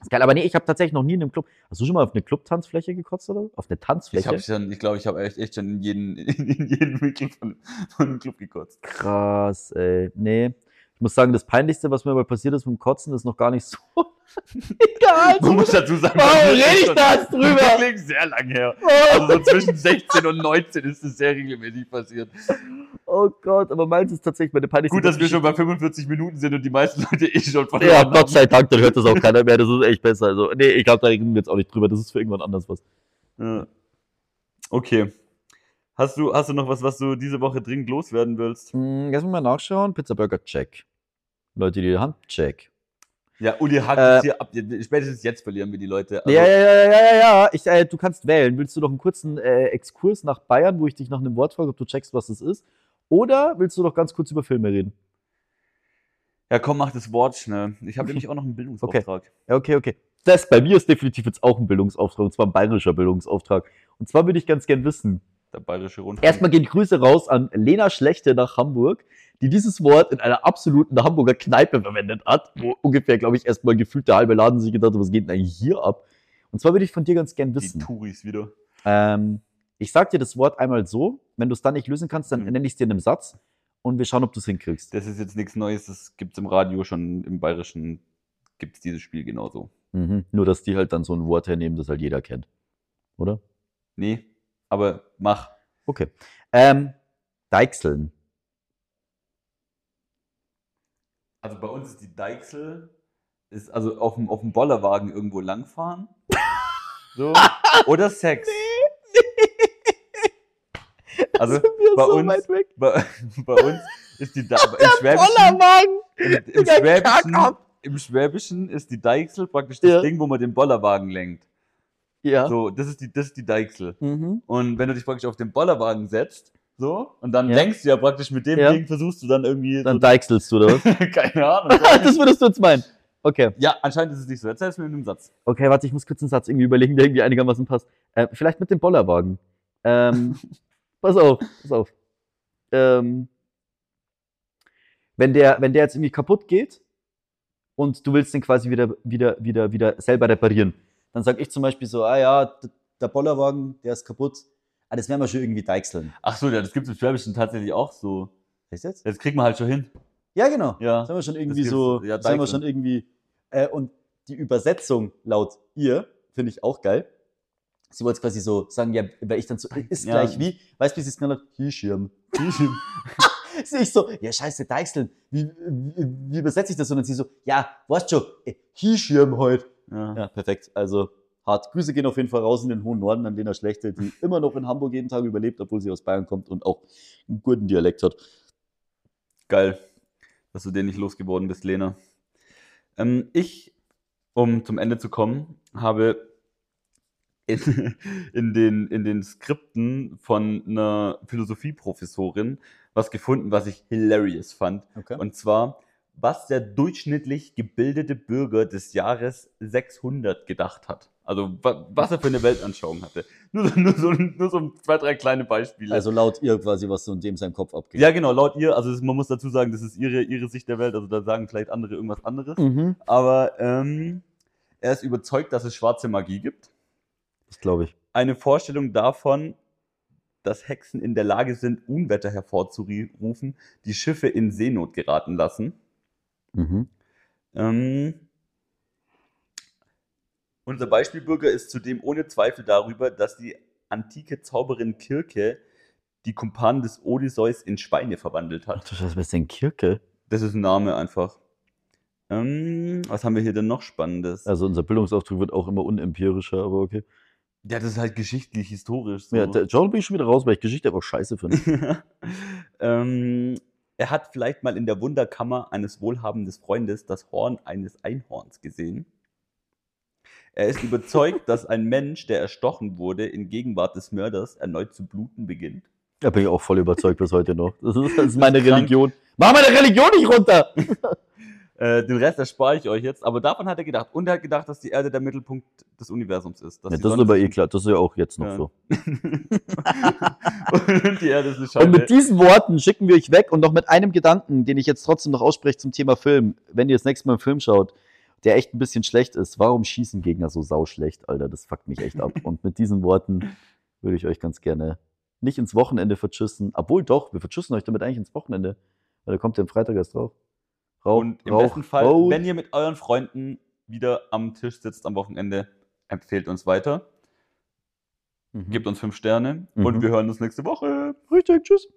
Speaker 3: Ist geil. Aber nee, ich habe tatsächlich noch nie in einem Club. Hast du schon mal auf eine Club-Tanzfläche gekotzt oder? Auf eine
Speaker 2: Ich
Speaker 3: Tanzfläche?
Speaker 2: habe schon, ich glaube, ich habe echt, echt schon in jeden, (laughs) in jeden Winkel von, von dem Club
Speaker 3: (laughs)
Speaker 2: gekotzt.
Speaker 3: Krass, ey. Nee. Ich muss sagen, das Peinlichste, was mir mal passiert ist mit dem Kotzen, ist noch gar nicht so. (laughs) Egal.
Speaker 2: Man muss dazu sagen,
Speaker 3: Warum
Speaker 2: (laughs) das ist
Speaker 3: Oh, rede ich
Speaker 2: schon
Speaker 3: da jetzt drüber?
Speaker 2: Wirklich sehr lang her.
Speaker 3: Oh,
Speaker 2: Also so zwischen 16 und 19 ist es sehr regelmäßig passiert.
Speaker 3: oh Gott, aber meins ist tatsächlich meine peinlichste.
Speaker 2: Gut, dass wir schon bei 45 Minuten sind und die meisten Leute eh schon verloren
Speaker 3: Ja,
Speaker 2: haben.
Speaker 3: Gott sei Dank, dann hört das auch keiner mehr. Das ist echt besser. Also, nee, ich glaube, da reden wir jetzt auch nicht drüber. Das ist für irgendwann anders was.
Speaker 2: Ja. Okay. Hast du, hast du noch was, was du diese Woche dringend loswerden willst?
Speaker 3: Hm, Lass mich mal nachschauen. Pizza Burger Check. Leute, die Hand Check.
Speaker 2: Ja, Uli hakt
Speaker 3: Äh,
Speaker 2: es hier ab. Spätestens jetzt verlieren wir die Leute. Also,
Speaker 3: ja, ja, ja, ja, ja, ja. Ich, äh, du kannst wählen. Willst du noch einen kurzen äh, Exkurs nach Bayern, wo ich dich nach einem Wort frage, ob du checkst, was es ist? Oder willst du noch ganz kurz über Filme reden?
Speaker 2: ja, komm, mach das Wort schnell. (laughs) Ich habe nämlich auch noch einen Bildungsauftrag.
Speaker 3: Ja, okay, okay. Das bei mir ist definitiv jetzt auch ein Bildungsauftrag, und zwar ein bayerischer Bildungsauftrag. Und zwar würde ich ganz gern wissen.
Speaker 2: Der Bayerische Rundfunk.
Speaker 3: Erstmal gehen Grüße raus an Lena Schlechte nach Hamburg, die dieses Wort in einer absoluten Hamburger Kneipe verwendet hat, wo ungefähr, glaube ich, erstmal gefühlt der halbe Laden sich gedacht hat, was geht denn eigentlich hier ab? Und zwar würde ich von dir ganz gern
Speaker 2: die
Speaker 3: wissen.
Speaker 2: Touris wieder.
Speaker 3: Ähm, ich sag dir das Wort einmal so, wenn du es dann nicht lösen kannst, dann
Speaker 2: Mhm.
Speaker 3: nenne ich es dir in einem Satz und wir schauen, ob du es hinkriegst.
Speaker 2: Das ist jetzt nichts Neues. Das gibt's im Radio schon. Im Bayerischen gibt's dieses Spiel genauso.
Speaker 3: Mhm. Nur, dass die halt dann so ein Wort hernehmen, das halt jeder kennt. Oder?
Speaker 2: Nee, aber mach.
Speaker 3: Okay. Ähm, Deichseln.
Speaker 2: Also bei uns ist die Deichsel, ist also auf dem, auf dem Bollerwagen irgendwo
Speaker 3: (laughs)
Speaker 2: langfahren. So. Oder Sex. Also
Speaker 3: (laughs) wir
Speaker 2: bei uns-
Speaker 3: weg.
Speaker 2: bei, bei uns ist die Deichsel. Im Schwäbischen,
Speaker 3: Bollerwagen!
Speaker 2: im, im,
Speaker 3: Digga, Kack
Speaker 2: Schwäbischen,
Speaker 3: ab.
Speaker 2: Im Schwäbischen ist die Deichsel praktisch das
Speaker 3: Ja.
Speaker 2: Ding, wo man den Bollerwagen lenkt.
Speaker 3: Ja.
Speaker 2: So, das ist die, das ist die Deichsel.
Speaker 3: Mhm.
Speaker 2: Und wenn du dich praktisch auf den Bollerwagen setzt, so, und dann
Speaker 3: Ja.
Speaker 2: denkst du ja praktisch mit dem
Speaker 3: Ja.
Speaker 2: Ding, versuchst du dann irgendwie.
Speaker 3: (laughs) Dann deichselst du, oder was?
Speaker 2: so, (laughs) keine Ahnung.
Speaker 3: das würdest du jetzt meinen. Okay.
Speaker 2: ja, anscheinend ist es nicht so. Erzähl es mir in einem Satz.
Speaker 3: Okay, warte, ich muss kurz einen Satz irgendwie überlegen, der irgendwie einigermaßen passt. Äh, vielleicht mit dem Bollerwagen. Ähm, pass auf, pass auf. Ähm, wenn, der, wenn der jetzt irgendwie kaputt geht und du willst den quasi wieder, wieder, wieder, wieder selber reparieren, dann sag ich zum Beispiel so, ah ja, d- der Bollerwagen, der ist kaputt. Ah, das werden wir schon irgendwie deichseln.
Speaker 2: Ach so, ja, das gibt es im Schwäbischen tatsächlich auch so.
Speaker 3: Weißt du jetzt?
Speaker 2: Das kriegt man halt schon hin.
Speaker 3: Ja, genau.
Speaker 2: Ja.
Speaker 3: Das haben wir schon irgendwie
Speaker 2: gibt's-
Speaker 3: so,
Speaker 2: ja,
Speaker 3: das haben wir
Speaker 2: Deichseln.
Speaker 3: schon irgendwie. Äh, und die Übersetzung laut ihr finde ich auch geil. Sie wollte es quasi so sagen, ja, weil ich dann so, ist
Speaker 2: Ja.
Speaker 3: gleich wie, weißt du, wie sie es genannt hat? Hirschirm.
Speaker 2: (laughs)
Speaker 3: Hirschirm. (laughs) sie ich so, ja, scheiße, Deichseln, wie, wie, wie übersetze ich das? Und dann sie so, ja, weißt schon, äh, Hirschirm heute.
Speaker 2: Ja.
Speaker 3: Ja, perfekt. Also hart. Grüße gehen auf jeden Fall raus in den hohen Norden an Lena
Speaker 2: (laughs)
Speaker 3: Schlechte, die immer noch in Hamburg jeden Tag überlebt, obwohl sie aus Bayern kommt und auch einen guten Dialekt hat.
Speaker 2: Geil, dass du den nicht losgeworden bist, Lena. Ähm, ich, um zum Ende zu kommen, habe in, (laughs) in, den, in den Skripten von einer Philosophieprofessorin was gefunden, was ich hilarious fand.
Speaker 3: Okay.
Speaker 2: Und zwar, was der durchschnittlich gebildete Bürger des Jahres 600 gedacht hat. Also, wa- was er für eine Weltanschauung hatte. Nur, (laughs) so- nur, so, nur so zwei, drei kleine Beispiele.
Speaker 3: also laut ihr quasi, was so in dem seinem Kopf abgeht.
Speaker 2: Ja, genau, laut ihr, also es, man muss dazu sagen, das ist ihre, ihre Sicht der Welt, also da sagen vielleicht andere irgendwas anderes.
Speaker 3: Mhm.
Speaker 2: Aber ähm, er ist überzeugt, dass es schwarze Magie gibt.
Speaker 3: Das glaube ich.
Speaker 2: Eine Vorstellung davon, dass Hexen in der Lage sind, Unwetter hervorzurufen, die Schiffe in Seenot geraten lassen.
Speaker 3: Mhm.
Speaker 2: Ähm, unser Beispielbürger ist zudem ohne Zweifel darüber, dass die antike Zauberin Kirke die Kumpanen des Odysseus in Schweine verwandelt hat.
Speaker 3: Ach du Scheiße, was ist denn Kirke?
Speaker 2: Das ist ein Name einfach. Ähm, was haben wir hier denn noch Spannendes?
Speaker 3: Also unser Bildungsauftrag wird auch immer unempirischer, aber okay.
Speaker 2: ja, das ist halt geschichtlich, historisch. So.
Speaker 3: Ja, da, Genre bin ich schon wieder raus, weil ich Geschichte einfach
Speaker 2: (laughs)
Speaker 3: scheiße finde.
Speaker 2: ähm, er hat vielleicht mal in der Wunderkammer eines wohlhabenden Freundes das Horn eines Einhorns gesehen. Er ist
Speaker 3: (laughs)
Speaker 2: überzeugt, dass ein Mensch, der erstochen wurde, in Gegenwart des Mörders erneut zu bluten beginnt.
Speaker 3: da bin ich auch voll überzeugt bis heute noch. Das ist, das ist meine
Speaker 2: Krank.
Speaker 3: Religion. Mach meine Religion nicht runter!
Speaker 2: Äh, den Rest erspare ich euch jetzt, aber davon hat er gedacht. Und er hat gedacht, dass die Erde der Mittelpunkt des Universums ist. dass
Speaker 3: Ja,
Speaker 2: die
Speaker 3: das ist
Speaker 2: Sonne
Speaker 3: aber
Speaker 2: sich-
Speaker 3: eh klar, das ist ja auch jetzt noch
Speaker 2: Ja.
Speaker 3: so.
Speaker 2: (laughs) Und die Erde ist eine
Speaker 3: Und
Speaker 2: Scheibe.
Speaker 3: mit diesen Worten schicken wir euch weg und noch mit einem Gedanken, den ich jetzt trotzdem noch ausspreche zum Thema Film. Wenn ihr das nächste Mal einen Film schaut, der echt ein bisschen schlecht ist, warum schießen Gegner so sauschlecht, Alter? Das fuckt
Speaker 2: (laughs)
Speaker 3: mich echt ab. Und mit diesen Worten würde ich euch ganz gerne nicht ins Wochenende vertschüssen. Obwohl doch, wir vertschüssen euch damit eigentlich ins Wochenende. Weil da kommt ja am Freitag erst drauf. Rauch,
Speaker 2: Und im
Speaker 3: Rauch,
Speaker 2: besten Fall,
Speaker 3: Rauch.
Speaker 2: wenn ihr mit euren Freunden wieder am Tisch sitzt am Wochenende, empfehlt uns weiter,
Speaker 3: Mhm.
Speaker 2: gebt uns fünf Sterne
Speaker 3: Mhm.
Speaker 2: und wir hören uns nächste Woche.
Speaker 3: Richtig, tschüss.